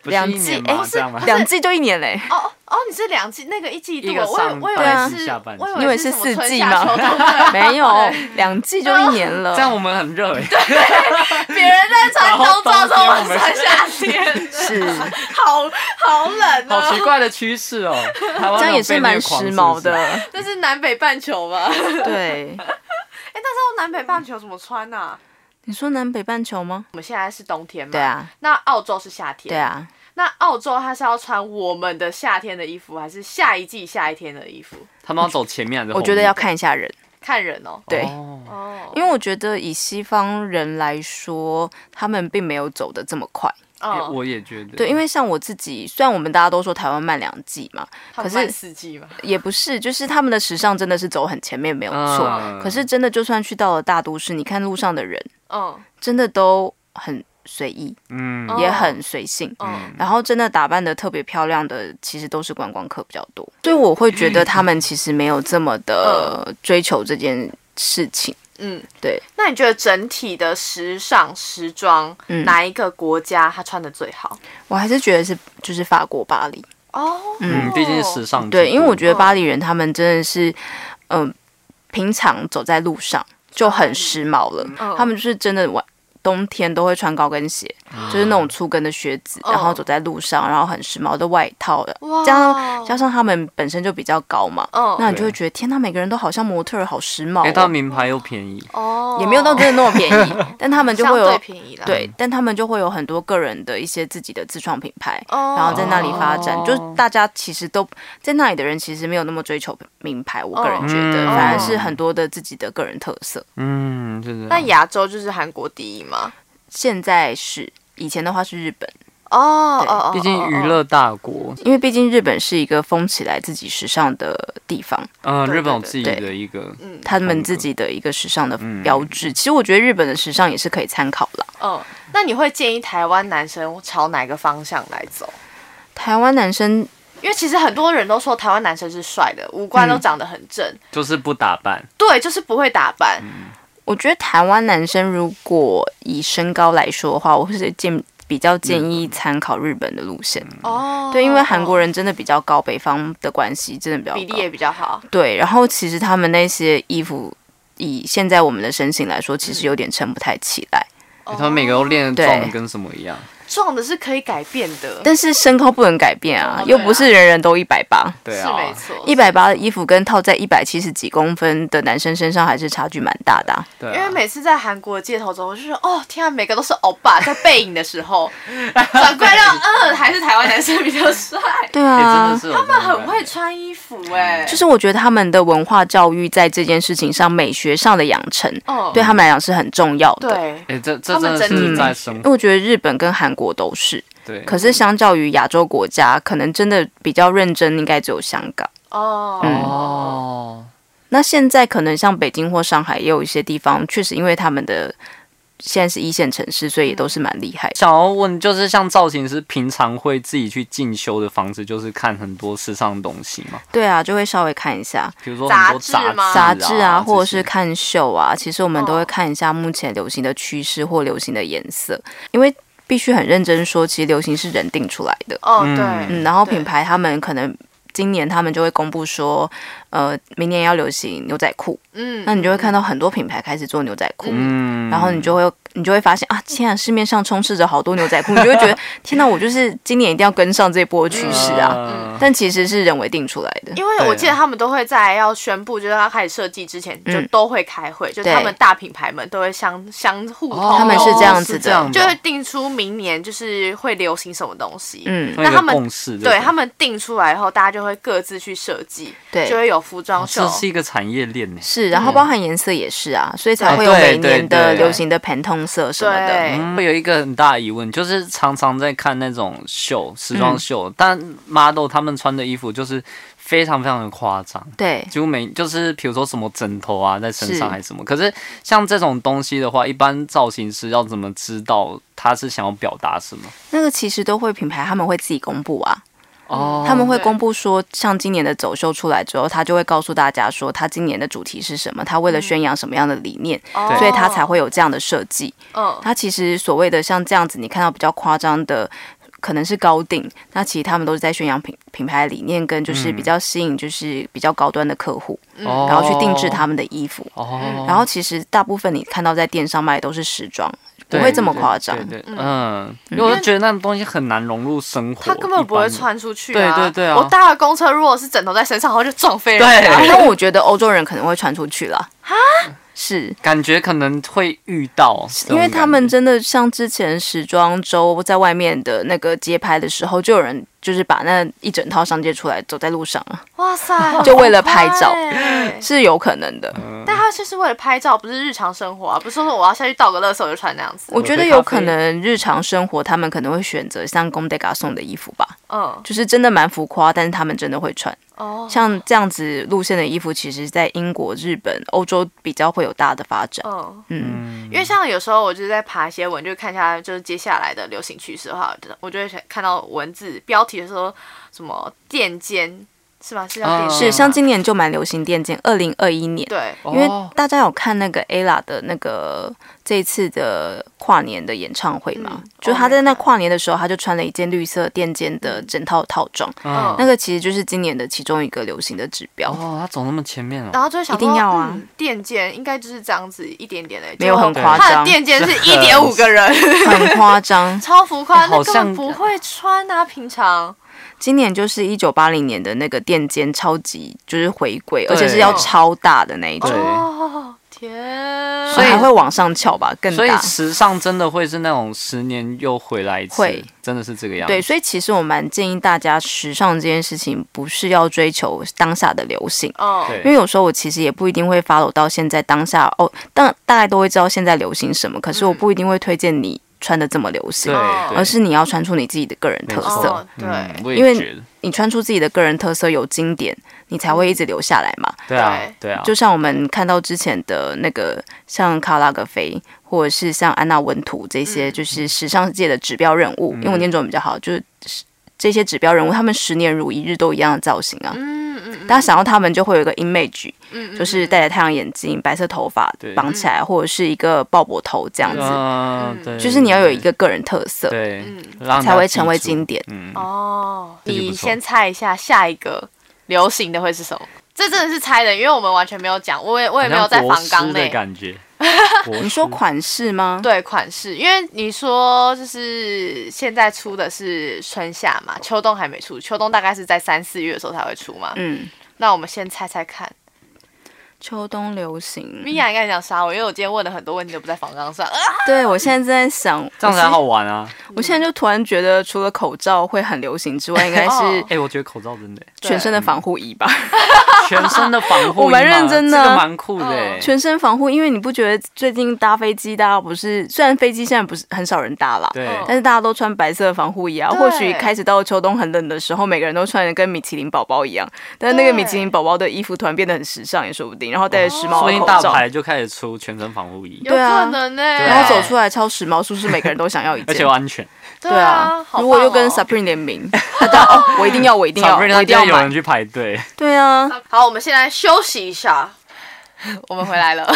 Speaker 3: 不是
Speaker 1: 两
Speaker 3: 一年
Speaker 1: 季
Speaker 3: 吗
Speaker 1: 哎
Speaker 3: 这样吗？
Speaker 1: 两季就一年嘞，
Speaker 2: 哦哦，你是两季那个一季度
Speaker 3: 一个
Speaker 2: 哦，我以
Speaker 3: 上
Speaker 2: 我以
Speaker 3: 半
Speaker 2: 为
Speaker 3: 季
Speaker 2: 是
Speaker 3: 下半，季
Speaker 2: 我
Speaker 1: 你以为是
Speaker 2: 什么
Speaker 1: 四
Speaker 2: 春
Speaker 1: 季
Speaker 2: 夏
Speaker 1: 吗
Speaker 2: 秋
Speaker 1: (laughs)
Speaker 2: 冬对
Speaker 1: 没有两季就一年了，
Speaker 3: (laughs) 这样我们很热
Speaker 1: (laughs)
Speaker 3: 哎。
Speaker 1: 啊
Speaker 2: 别人在穿冬装的时候，我
Speaker 3: 然后冬天
Speaker 2: 们
Speaker 3: 我们
Speaker 2: 穿夏天，
Speaker 1: 是。
Speaker 2: 好好冷
Speaker 3: 好奇
Speaker 2: 哦。
Speaker 3: 怪的趋势
Speaker 1: (laughs)
Speaker 3: 哦，台湾
Speaker 1: 这样也
Speaker 3: 有
Speaker 1: 是
Speaker 3: 被
Speaker 1: 蛮
Speaker 3: 虐
Speaker 1: 时
Speaker 3: 狂
Speaker 1: 髦。
Speaker 3: 是不是
Speaker 1: 的，
Speaker 2: 这是南北半球吗？哎，
Speaker 1: 对。 (laughs)
Speaker 2: 但是我南北半球怎么穿啊？
Speaker 1: 你说南北半球吗？
Speaker 2: 我们现在是冬天嘛？
Speaker 1: 对。啊，
Speaker 2: 那澳洲是夏天，
Speaker 1: 对。啊，
Speaker 2: 那澳洲它是要穿我们的夏天的衣服，还是下一季下一天的衣服？
Speaker 3: 他们要走前面还是后面？
Speaker 1: 我觉得要看一下人，
Speaker 2: 看人哦。
Speaker 1: 对，
Speaker 3: 哦
Speaker 2: 哦，
Speaker 1: 因为我觉得以西方人来说，他们并没有走的这么快。
Speaker 3: 哎
Speaker 2: 哦，
Speaker 3: 我也觉得。
Speaker 1: 嗯对，因为像我自己，虽然我们大家都说台湾慢两季嘛，可
Speaker 2: 他们
Speaker 1: 是
Speaker 2: 卖四季嘛。
Speaker 1: 也不是，就是他们的时尚真的是走很前面没有错。
Speaker 3: 嗯
Speaker 1: 可是真的，就算去到了大都市，你看路上的人，
Speaker 2: 嗯
Speaker 1: 真的都很随意，
Speaker 3: 嗯
Speaker 2: 哦
Speaker 1: 也很随性。
Speaker 2: 嗯，
Speaker 1: 然后真的打扮的特别漂亮的，其实都是观光客比较多，所以我会觉得他们其实没有这么的追求这件事情。
Speaker 2: 嗯，
Speaker 1: 对。
Speaker 2: 那你觉得整体的时尚时装，
Speaker 1: 嗯
Speaker 2: 哪一个国家它穿的最好？
Speaker 1: 我还是觉得是就是法国巴黎，
Speaker 2: 哦，
Speaker 3: 嗯，毕竟是时尚之嗯都。
Speaker 1: 对，因为我觉得巴黎人他们真的是，嗯、平常走在路上就很时髦了，
Speaker 2: 嗯
Speaker 1: 他们就是真的晚冬天都会穿高跟鞋，
Speaker 3: 嗯
Speaker 1: 就是那种粗跟的靴子，
Speaker 2: 嗯
Speaker 1: 然后走在路上，然后很时髦的外套的，
Speaker 2: 哇
Speaker 1: 加上加上他们本身就比较高嘛，
Speaker 2: 嗯
Speaker 1: 那你就会觉得天呐，每个人都好像模特儿，好时髦、
Speaker 3: 哎，它
Speaker 1: 哦，
Speaker 3: 名牌又便宜，
Speaker 2: 哦
Speaker 1: 也没有到真的那么便
Speaker 2: (laughs)
Speaker 1: 宜，但他们就
Speaker 2: 相
Speaker 1: 会
Speaker 2: 对
Speaker 1: 有。
Speaker 2: 便宜啦。，
Speaker 1: 对，但他们就会有很多个人的一些自己的自创品牌，
Speaker 2: 哦
Speaker 1: 然后在那里发展。
Speaker 3: 哦
Speaker 1: 就大家其实都在那里的人，其实没有那么追求名牌，我个人觉得，
Speaker 2: 哦
Speaker 3: 嗯
Speaker 1: 反而是很多的自己的个人特色。
Speaker 3: 嗯，就是。
Speaker 2: 那亚洲就是韩国第一吗？
Speaker 1: 现在是以前的话是日本，
Speaker 2: 哦哦
Speaker 1: 对
Speaker 2: 哦，哦
Speaker 3: 毕竟娱，乐大国，
Speaker 1: 因为毕竟日本是一个封起来自己时尚的地方，
Speaker 3: 嗯，
Speaker 2: 对
Speaker 3: 日本有
Speaker 2: 对
Speaker 3: 自己
Speaker 1: 对
Speaker 3: 的一个，
Speaker 1: 他们
Speaker 3: 风格
Speaker 1: 自己的一个时尚的
Speaker 2: 嗯
Speaker 1: 标志。其实我觉得日本的时尚也是可以参考啦。
Speaker 2: 哦哦嗯，那你会建议台湾男生朝哪个方向来走？
Speaker 1: 台湾男生
Speaker 2: 因为其实很多人都说台湾男生是帅的，五官都长得很正，
Speaker 3: 就是不打扮，
Speaker 2: 对，就是不会打扮。
Speaker 1: 我觉得台湾男生如果以身高来说的话，我是建比较建议参考日本的路线。
Speaker 2: 哦，
Speaker 1: 对，因为韩国
Speaker 2: 人
Speaker 1: 人真的比较高，北方的关系真的比较高。
Speaker 2: 比例也比较好。
Speaker 1: 对，然后其实他们那些衣服，以现在我们的身形来说，其实有点撑不太起来。
Speaker 2: 哦
Speaker 3: 他们每个都练得
Speaker 1: 对
Speaker 3: 壮得跟什么一样，
Speaker 2: 壮的是可以改变的，
Speaker 1: 但是身高不能改变啊
Speaker 2: 哦，对
Speaker 1: 又
Speaker 2: 啊哦
Speaker 1: 不是人人都一百八。
Speaker 3: 对
Speaker 2: 是没
Speaker 3: 啊，
Speaker 2: 错。
Speaker 1: 一百八的衣服跟套在一百七十几公分的男生身上还是差距蛮大的啊、
Speaker 3: 对
Speaker 2: 因为
Speaker 3: 啊，
Speaker 2: 每次在韩国的街头走，我就说哦天啊，每个都是欧巴，在背影的
Speaker 1: (laughs)
Speaker 2: 时候，转过来到嗯，还是台湾男生比较帅，
Speaker 1: 对
Speaker 3: 也哎真
Speaker 1: 啊
Speaker 3: 的，是他
Speaker 2: 他们 (laughs) 很会穿衣服哎、
Speaker 1: 就是我觉得他们的文化教育在这件事情上，美学上的养成，
Speaker 2: 哦
Speaker 1: 对他们来讲是很重要的。
Speaker 2: 对
Speaker 3: 哎、这这
Speaker 2: 他
Speaker 3: 真
Speaker 2: 们
Speaker 3: 的
Speaker 2: 整体
Speaker 3: 是在生
Speaker 1: 因
Speaker 3: 活
Speaker 1: 为我觉得日本跟韩国都是，
Speaker 3: 对，
Speaker 1: 可是相较于亚洲国家，可能真的比较认真，应该只有香港。
Speaker 2: 哦、
Speaker 3: 嗯哦，
Speaker 1: 那现在可能像北京或上海，也有一些地方确实因为他们的现在是一线城市，所以也都是蛮厉害的。
Speaker 3: 想要问就是像造型师平常会自己去进修的方式，就是看很多时尚的东西嘛，
Speaker 1: 对啊，就会稍微看一下
Speaker 3: 比如说很多
Speaker 2: 杂志吗
Speaker 1: 杂
Speaker 3: 杂
Speaker 1: 志
Speaker 3: 志
Speaker 1: 啊，
Speaker 3: 啊，
Speaker 1: 或者
Speaker 3: 这
Speaker 1: 是
Speaker 3: 些
Speaker 1: 看秀啊。其实我们都
Speaker 2: 哦
Speaker 1: 会看一下目前流行的趋势或流行的颜色，因为必须很认真说，其实流行是人定出来的。
Speaker 2: 哦
Speaker 3: 嗯
Speaker 2: 对，
Speaker 1: 嗯，然后
Speaker 2: 对
Speaker 1: 品牌他们可能。今年他们就会公布说，呃，明年要流行牛仔裤，
Speaker 2: 嗯
Speaker 1: 那你就会看到很多品牌开始做牛仔裤，
Speaker 3: 嗯
Speaker 1: 然后你就会你就会发现啊，天啊，市面上充斥着好多牛仔裤，你就会觉得天哪，我就是今年一定要跟上这波趋势啊！
Speaker 3: 嗯
Speaker 1: (laughs) 但其实是人为定出来的，
Speaker 2: 因为我记得他们都会在要宣布，就是要开始设计之前，就
Speaker 1: 啊嗯
Speaker 2: 都会开会，就
Speaker 1: 对
Speaker 2: 他们大品牌们都会相相互通
Speaker 3: 哦
Speaker 2: 融，
Speaker 1: 他们是这样子的
Speaker 3: 这样
Speaker 2: 就会定出明年就是会流行什么东西。
Speaker 1: 嗯，
Speaker 3: 那
Speaker 2: 那他们
Speaker 3: 共识，
Speaker 2: 对
Speaker 3: 不
Speaker 2: 他们定出来后，大家就会各自去设计，
Speaker 1: 对
Speaker 2: 就会有服装
Speaker 3: 哦
Speaker 2: 秀
Speaker 3: 这，是一个产业链呢，
Speaker 1: 是，然后包含颜色也是啊，所以才会
Speaker 3: 对
Speaker 1: 有
Speaker 3: 对
Speaker 1: 每
Speaker 3: 对
Speaker 1: 年的
Speaker 3: 对
Speaker 1: 流行的 Pantone 色什么的。
Speaker 2: 对，
Speaker 3: 嗯会有一个很大的疑问，就是常常在看那种秀，时
Speaker 1: 嗯
Speaker 3: 装秀，但 model 他们穿的衣服就是非常非常的夸张，
Speaker 1: 对，
Speaker 3: 几乎每就是比如说什么枕头啊在身上
Speaker 1: 是
Speaker 3: 还是什么，可是像这种东西的话，一般造型师要怎么知道他是想要表达什么？
Speaker 1: 那个其实都会品牌他们会自己公布啊，
Speaker 3: 哦
Speaker 1: 他们会
Speaker 2: 对
Speaker 1: 公布说，像今年的走秀出来之后，他就会告诉大家说他今年的主题是什么，他
Speaker 3: 嗯
Speaker 1: 为了宣扬什么样的理念，
Speaker 2: 哦
Speaker 1: 所以他才会有这样的设计。
Speaker 2: 嗯
Speaker 1: 它其
Speaker 3: 哦
Speaker 1: 实所谓的像这样子，你看到比较夸张的，可能是高定，那其实他们都是在宣扬品品牌理念，跟就是比较吸引就是比较高端的客户，
Speaker 2: 嗯
Speaker 3: 哦
Speaker 1: 然后去定制他们的衣服。
Speaker 3: 哦，
Speaker 1: 嗯然后其实大部分你看到在电商卖的都是时装，不会这么夸张
Speaker 3: 对。对，对嗯，因为我就觉得那种东西很难融入生活，
Speaker 2: 他根本不会
Speaker 3: 一般人。
Speaker 2: 穿出去、
Speaker 3: 对对对啊
Speaker 2: 我搭了公车，如果是枕头在身上，我就撞飞人家。
Speaker 3: 对，
Speaker 1: 但我觉得欧洲人可能会穿出去了啊，是
Speaker 3: 感觉可能会遇到，
Speaker 1: 因为他们
Speaker 3: 这
Speaker 1: 真的像之前时装周在外面的那个街拍的时候，就有人就是把那一整套商街出来走在路上啊，
Speaker 2: 哇塞，
Speaker 1: 就为了拍照
Speaker 2: 很快
Speaker 3: 哎
Speaker 2: 欸
Speaker 1: 是有可能的。
Speaker 3: 嗯
Speaker 2: 但他就是为了拍照，不是日常生活啊，不是说我要下去倒个垃圾我就穿那样子。
Speaker 1: 我觉得
Speaker 3: 喝
Speaker 1: 有
Speaker 3: 咖
Speaker 1: 可
Speaker 3: 啡
Speaker 1: 能日常生活他们可能会选择像 g o m d e g a 送的衣服吧，
Speaker 2: 嗯，
Speaker 1: 就是真的蛮浮夸，但是他们真的会穿。
Speaker 2: 哦，
Speaker 1: 像这样子路线的衣服，其实在英国、日本、欧洲比较会有大的发展。
Speaker 2: 嗯，
Speaker 1: 嗯，
Speaker 2: 因为像有时候我就是在爬一些文，就看一下就是接下来的流行趋势的话，我就会看到文字标题的时候，什么垫肩是吧？是要变
Speaker 3: 嗯
Speaker 1: 是，
Speaker 2: 现
Speaker 1: 像
Speaker 2: 吗
Speaker 1: 今年就蛮流行电竞，二零二一年。
Speaker 2: 对，
Speaker 1: 因为
Speaker 3: 哦
Speaker 1: 大家有看那个 ella 的那个这一次的跨年的演唱会嘛？
Speaker 2: 嗯
Speaker 1: 就
Speaker 2: 我
Speaker 1: 她
Speaker 2: 没
Speaker 1: 在那
Speaker 2: 看
Speaker 1: 跨年的时候，她就穿了一件绿色垫肩的整套套装，
Speaker 2: 嗯
Speaker 1: 那个其实就是今年的其中一个流行的指标。
Speaker 3: 哦，他走那么前面哦，
Speaker 2: 然后就会想
Speaker 1: 一定
Speaker 2: 说
Speaker 1: 要啊
Speaker 2: 嗯电剑应该就是这样子一点点的，
Speaker 1: 没有
Speaker 2: 结果
Speaker 1: 很夸
Speaker 2: 他
Speaker 1: 张
Speaker 2: 的电剑是
Speaker 1: (laughs)
Speaker 2: 一点五个人，。
Speaker 1: 很夸张 (laughs)
Speaker 2: 超浮夸，
Speaker 3: 哎好
Speaker 2: 那根本
Speaker 3: 像
Speaker 2: 不会穿啊，平常。
Speaker 1: 今年就是一九八零年的那个垫肩超级就是回归，而且是
Speaker 3: 对
Speaker 1: 要超大的那一种
Speaker 3: 对，
Speaker 2: 哦，天，
Speaker 1: 所以还会往上翘吧，更
Speaker 3: 所以
Speaker 1: 大。
Speaker 3: 时尚真的会是那种十年又回来一次
Speaker 1: 会，
Speaker 3: 真的是这个样子。
Speaker 1: 对，所以其实我蛮建议大家，时尚这件事情不是要追求当下的流行，
Speaker 2: 哦，
Speaker 3: 对
Speaker 1: 因为有时候我其实也不一定会 follow 到现在当下哦，但大概都会知道现在流行什么，可是我不一定会推荐你穿的这么流行
Speaker 3: 嗯对，，
Speaker 2: 哦
Speaker 3: 对
Speaker 1: 而是你要穿出你自己的个人
Speaker 3: 没
Speaker 1: 特
Speaker 3: 错
Speaker 1: 色，
Speaker 2: 哦对
Speaker 3: 嗯我
Speaker 1: 因
Speaker 3: 也
Speaker 1: 为
Speaker 3: 觉得，
Speaker 1: 你穿出自己的个人特色有经典，你才会一直留下来嘛。
Speaker 3: 对啊
Speaker 2: 对，
Speaker 3: 对啊，
Speaker 1: 就像我们看到之前的那个像卡拉格菲，或者是像安娜文图这些，
Speaker 2: 嗯
Speaker 1: 就是时尚界的指标人物，
Speaker 3: 嗯
Speaker 1: 因为我念中文比较好，就是这些指标人物，他们十年如一日都一样的造型啊。
Speaker 2: 嗯嗯嗯
Speaker 1: 大家想到他们就会有一个 image，
Speaker 2: 嗯，嗯
Speaker 1: 就是戴着太阳眼镜、白色头发
Speaker 3: 对
Speaker 1: 绑起来，或者是一个爆脖头这样子，
Speaker 3: 嗯，对，
Speaker 1: 就是你要有一
Speaker 3: 对
Speaker 1: 个个人特色，
Speaker 3: 对，
Speaker 2: 嗯
Speaker 3: 让
Speaker 1: 才
Speaker 3: 大家
Speaker 1: 会
Speaker 3: 记
Speaker 1: 成为
Speaker 3: 住
Speaker 1: 经典。
Speaker 3: 嗯，
Speaker 2: 哦，
Speaker 3: 这就不
Speaker 2: 你
Speaker 3: 错
Speaker 2: 先猜一下下一个流行的会是什么？这真的是猜的，因为我们完全没有讲，我也我也
Speaker 3: 好
Speaker 2: 没
Speaker 3: 像
Speaker 2: 有在
Speaker 3: 国
Speaker 2: 仿纲
Speaker 3: 师
Speaker 2: 内
Speaker 3: 的。
Speaker 1: (laughs)
Speaker 3: 感觉。国
Speaker 1: 你说
Speaker 3: 师
Speaker 1: 款式吗？
Speaker 2: 对款式，因为你说就是现在出的是春夏嘛，秋冬还没出，秋冬大概是在三四月的时候才会出嘛。
Speaker 1: 嗯，
Speaker 2: 那我们先猜猜看，
Speaker 1: 秋冬流行。
Speaker 2: 米娅应该很想杀我，因为我今天问的很多问题都不在仿纲上。啊
Speaker 1: 对我现在正在想，
Speaker 3: 这样才好玩啊！
Speaker 1: 我现在就突然觉得，除了口罩会很流行之外，应
Speaker 3: (laughs)
Speaker 1: 该是
Speaker 2: 哦
Speaker 3: 哎、我觉得口罩真的欸
Speaker 1: 全身的防护衣吧。
Speaker 3: (laughs) 全身的防护衣嘛，
Speaker 1: 我蛮认真的哦
Speaker 3: 这个蛮酷的欸、
Speaker 2: 嗯
Speaker 1: 全身防护，因为你不觉得最近搭飞机，大家不是虽然飞机现在不是很少人搭啦，
Speaker 3: 对，
Speaker 2: 嗯
Speaker 1: 但是大家都穿白色的防护衣啊。
Speaker 2: 对
Speaker 1: 或许开始到秋冬很冷的时候，每个人都穿的跟米其林宝宝一样，但是那个
Speaker 2: 对哦
Speaker 1: 米其林宝宝的衣服突然变得很时尚也说不定，然后戴着时髦
Speaker 3: 所
Speaker 1: 的
Speaker 3: 以
Speaker 1: 口
Speaker 3: 大
Speaker 1: 罩，
Speaker 3: 牌就开始出全身防护衣，
Speaker 2: 有
Speaker 1: 对啊
Speaker 2: 可能呢、啊
Speaker 3: 对
Speaker 1: 然后走出来超时髦，是不是每个人都想要一 (laughs)
Speaker 3: 而且
Speaker 1: 件
Speaker 3: 又？安全。
Speaker 2: 对啊，好棒哦
Speaker 1: 如果又跟 Supreme 联名，大家
Speaker 2: (laughs)
Speaker 1: 哦，我一定要，我一定要，
Speaker 3: 草莓
Speaker 1: 我
Speaker 3: 那
Speaker 1: 一定要
Speaker 3: 天有
Speaker 1: 买
Speaker 3: 人。去排队，
Speaker 1: 对啊，
Speaker 2: 好，我们现在休息一下， (laughs) 我们回来了。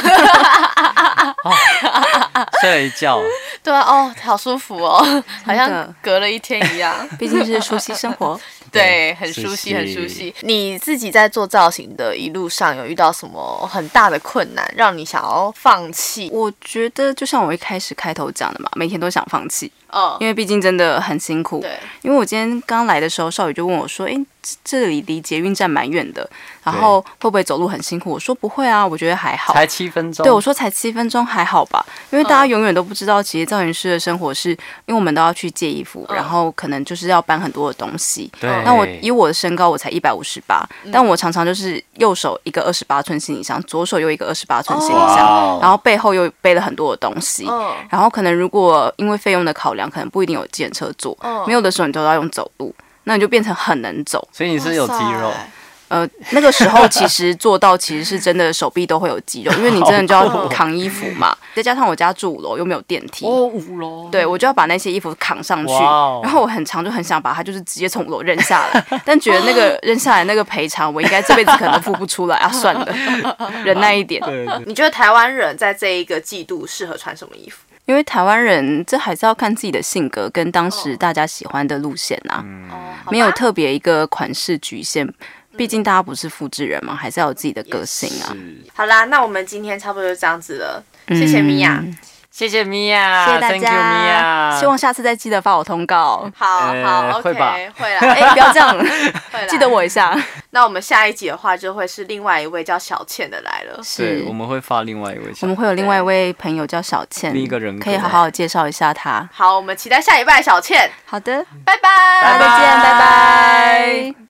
Speaker 3: (laughs) 睡了一觉，
Speaker 2: 对啊，哦，好舒服哦，好
Speaker 1: (laughs) 真
Speaker 2: 像
Speaker 1: 的
Speaker 2: 隔了一天一
Speaker 1: (laughs)
Speaker 2: 样。
Speaker 1: 毕竟是熟悉生
Speaker 2: (laughs)
Speaker 1: 活。
Speaker 2: 对，
Speaker 3: 对
Speaker 2: 很
Speaker 3: 是
Speaker 2: 熟悉，很熟
Speaker 3: 是
Speaker 2: 悉。你自己在做造型的一路上，有遇到什么很大的困难，让你想要放弃？
Speaker 1: 我觉得就像我一开始开头讲的嘛，每天都想放弃，
Speaker 2: 嗯，
Speaker 1: 因为毕竟真的很辛苦。
Speaker 2: 对，
Speaker 1: 哦因为我今天刚来的时候，少宇就问我说：“诶，这这里离捷运站蛮远的，然后会不会走路很辛苦？”我说：“不会啊，我觉得还好。
Speaker 3: 才七分”钟。
Speaker 1: 对，我说才七分钟还好吧，因为大家永远都不知道，其实造型师的生活是，因为我们都要去借衣服，
Speaker 2: 嗯
Speaker 1: 然后可能就是要搬很多的东西。
Speaker 3: 对，嗯
Speaker 1: 那我以我的身高，我才一百五十八，但我常常就是右手一个二十八寸行李箱，左手又一个二十八寸行李箱，
Speaker 3: 哇哦
Speaker 1: 然后背后又背了很多的东西。
Speaker 2: 嗯，
Speaker 1: 然后可能如果因为费用的考量，可能不一定有计程车坐，
Speaker 2: 嗯
Speaker 1: 没有的时候你都要用走路，那你就变成很能走。
Speaker 3: 所以你是有肌肉
Speaker 2: 哇，塞
Speaker 1: 呃， (laughs) 那个时候其实做到其实是真的手臂都会有肌
Speaker 3: (laughs)
Speaker 1: 肉，因为你真的就
Speaker 2: 好
Speaker 1: 要
Speaker 2: 酷
Speaker 1: 扛衣服嘛，再加上我家住五楼又没有电梯。
Speaker 3: 哦，五楼，
Speaker 1: 对，我就要把那些衣服扛上去
Speaker 3: 哇哦
Speaker 1: 然后我很常就很想把它就是直接从五楼扔 (laughs) 下来，但觉得那个扔下来那个赔偿，我应该这辈子可能都付不出来
Speaker 3: (laughs)
Speaker 1: 啊，算了，忍耐一点。
Speaker 3: 对对
Speaker 2: 你觉得台湾人在这一个季度适合穿什么衣服？
Speaker 1: 因为台湾人这还是要看自己的性格跟当
Speaker 3: 嗯
Speaker 1: 时大家喜欢的路线啊。
Speaker 2: 哦，
Speaker 1: 没有
Speaker 2: 好吧
Speaker 1: 特别一个款式局限，毕竟大家不是复制人嘛，还是要有自己的个性啊。
Speaker 3: 是
Speaker 2: 好啦，那我们今天差不多就这样子了，
Speaker 1: 嗯
Speaker 2: 谢谢米娅。。
Speaker 3: 谢谢米娅，
Speaker 1: 谢谢大
Speaker 3: Thank you 米
Speaker 1: 家，
Speaker 3: 娅，
Speaker 1: 希望下次再记得发我通告
Speaker 2: 好
Speaker 3: 呃
Speaker 2: 好
Speaker 3: 会
Speaker 2: ，OK，
Speaker 3: 吧
Speaker 2: 会
Speaker 1: (laughs)
Speaker 2: 啦，
Speaker 1: 哎、
Speaker 2: 哎，
Speaker 1: 不要这样，
Speaker 2: 会啦，
Speaker 1: 记得。我一下。
Speaker 2: 那我们下一集的话，就会是另外一位叫小倩的来了。
Speaker 1: 是
Speaker 3: 对，我们会发另外一位
Speaker 1: 我
Speaker 3: 小
Speaker 1: 们会有另外一位朋友叫小倩，
Speaker 3: 另一个人格
Speaker 1: 可以好好介绍一下她。
Speaker 2: 好，我们期待下一拜小倩，
Speaker 1: 好的，
Speaker 2: 拜拜，
Speaker 1: 大家再见，拜拜。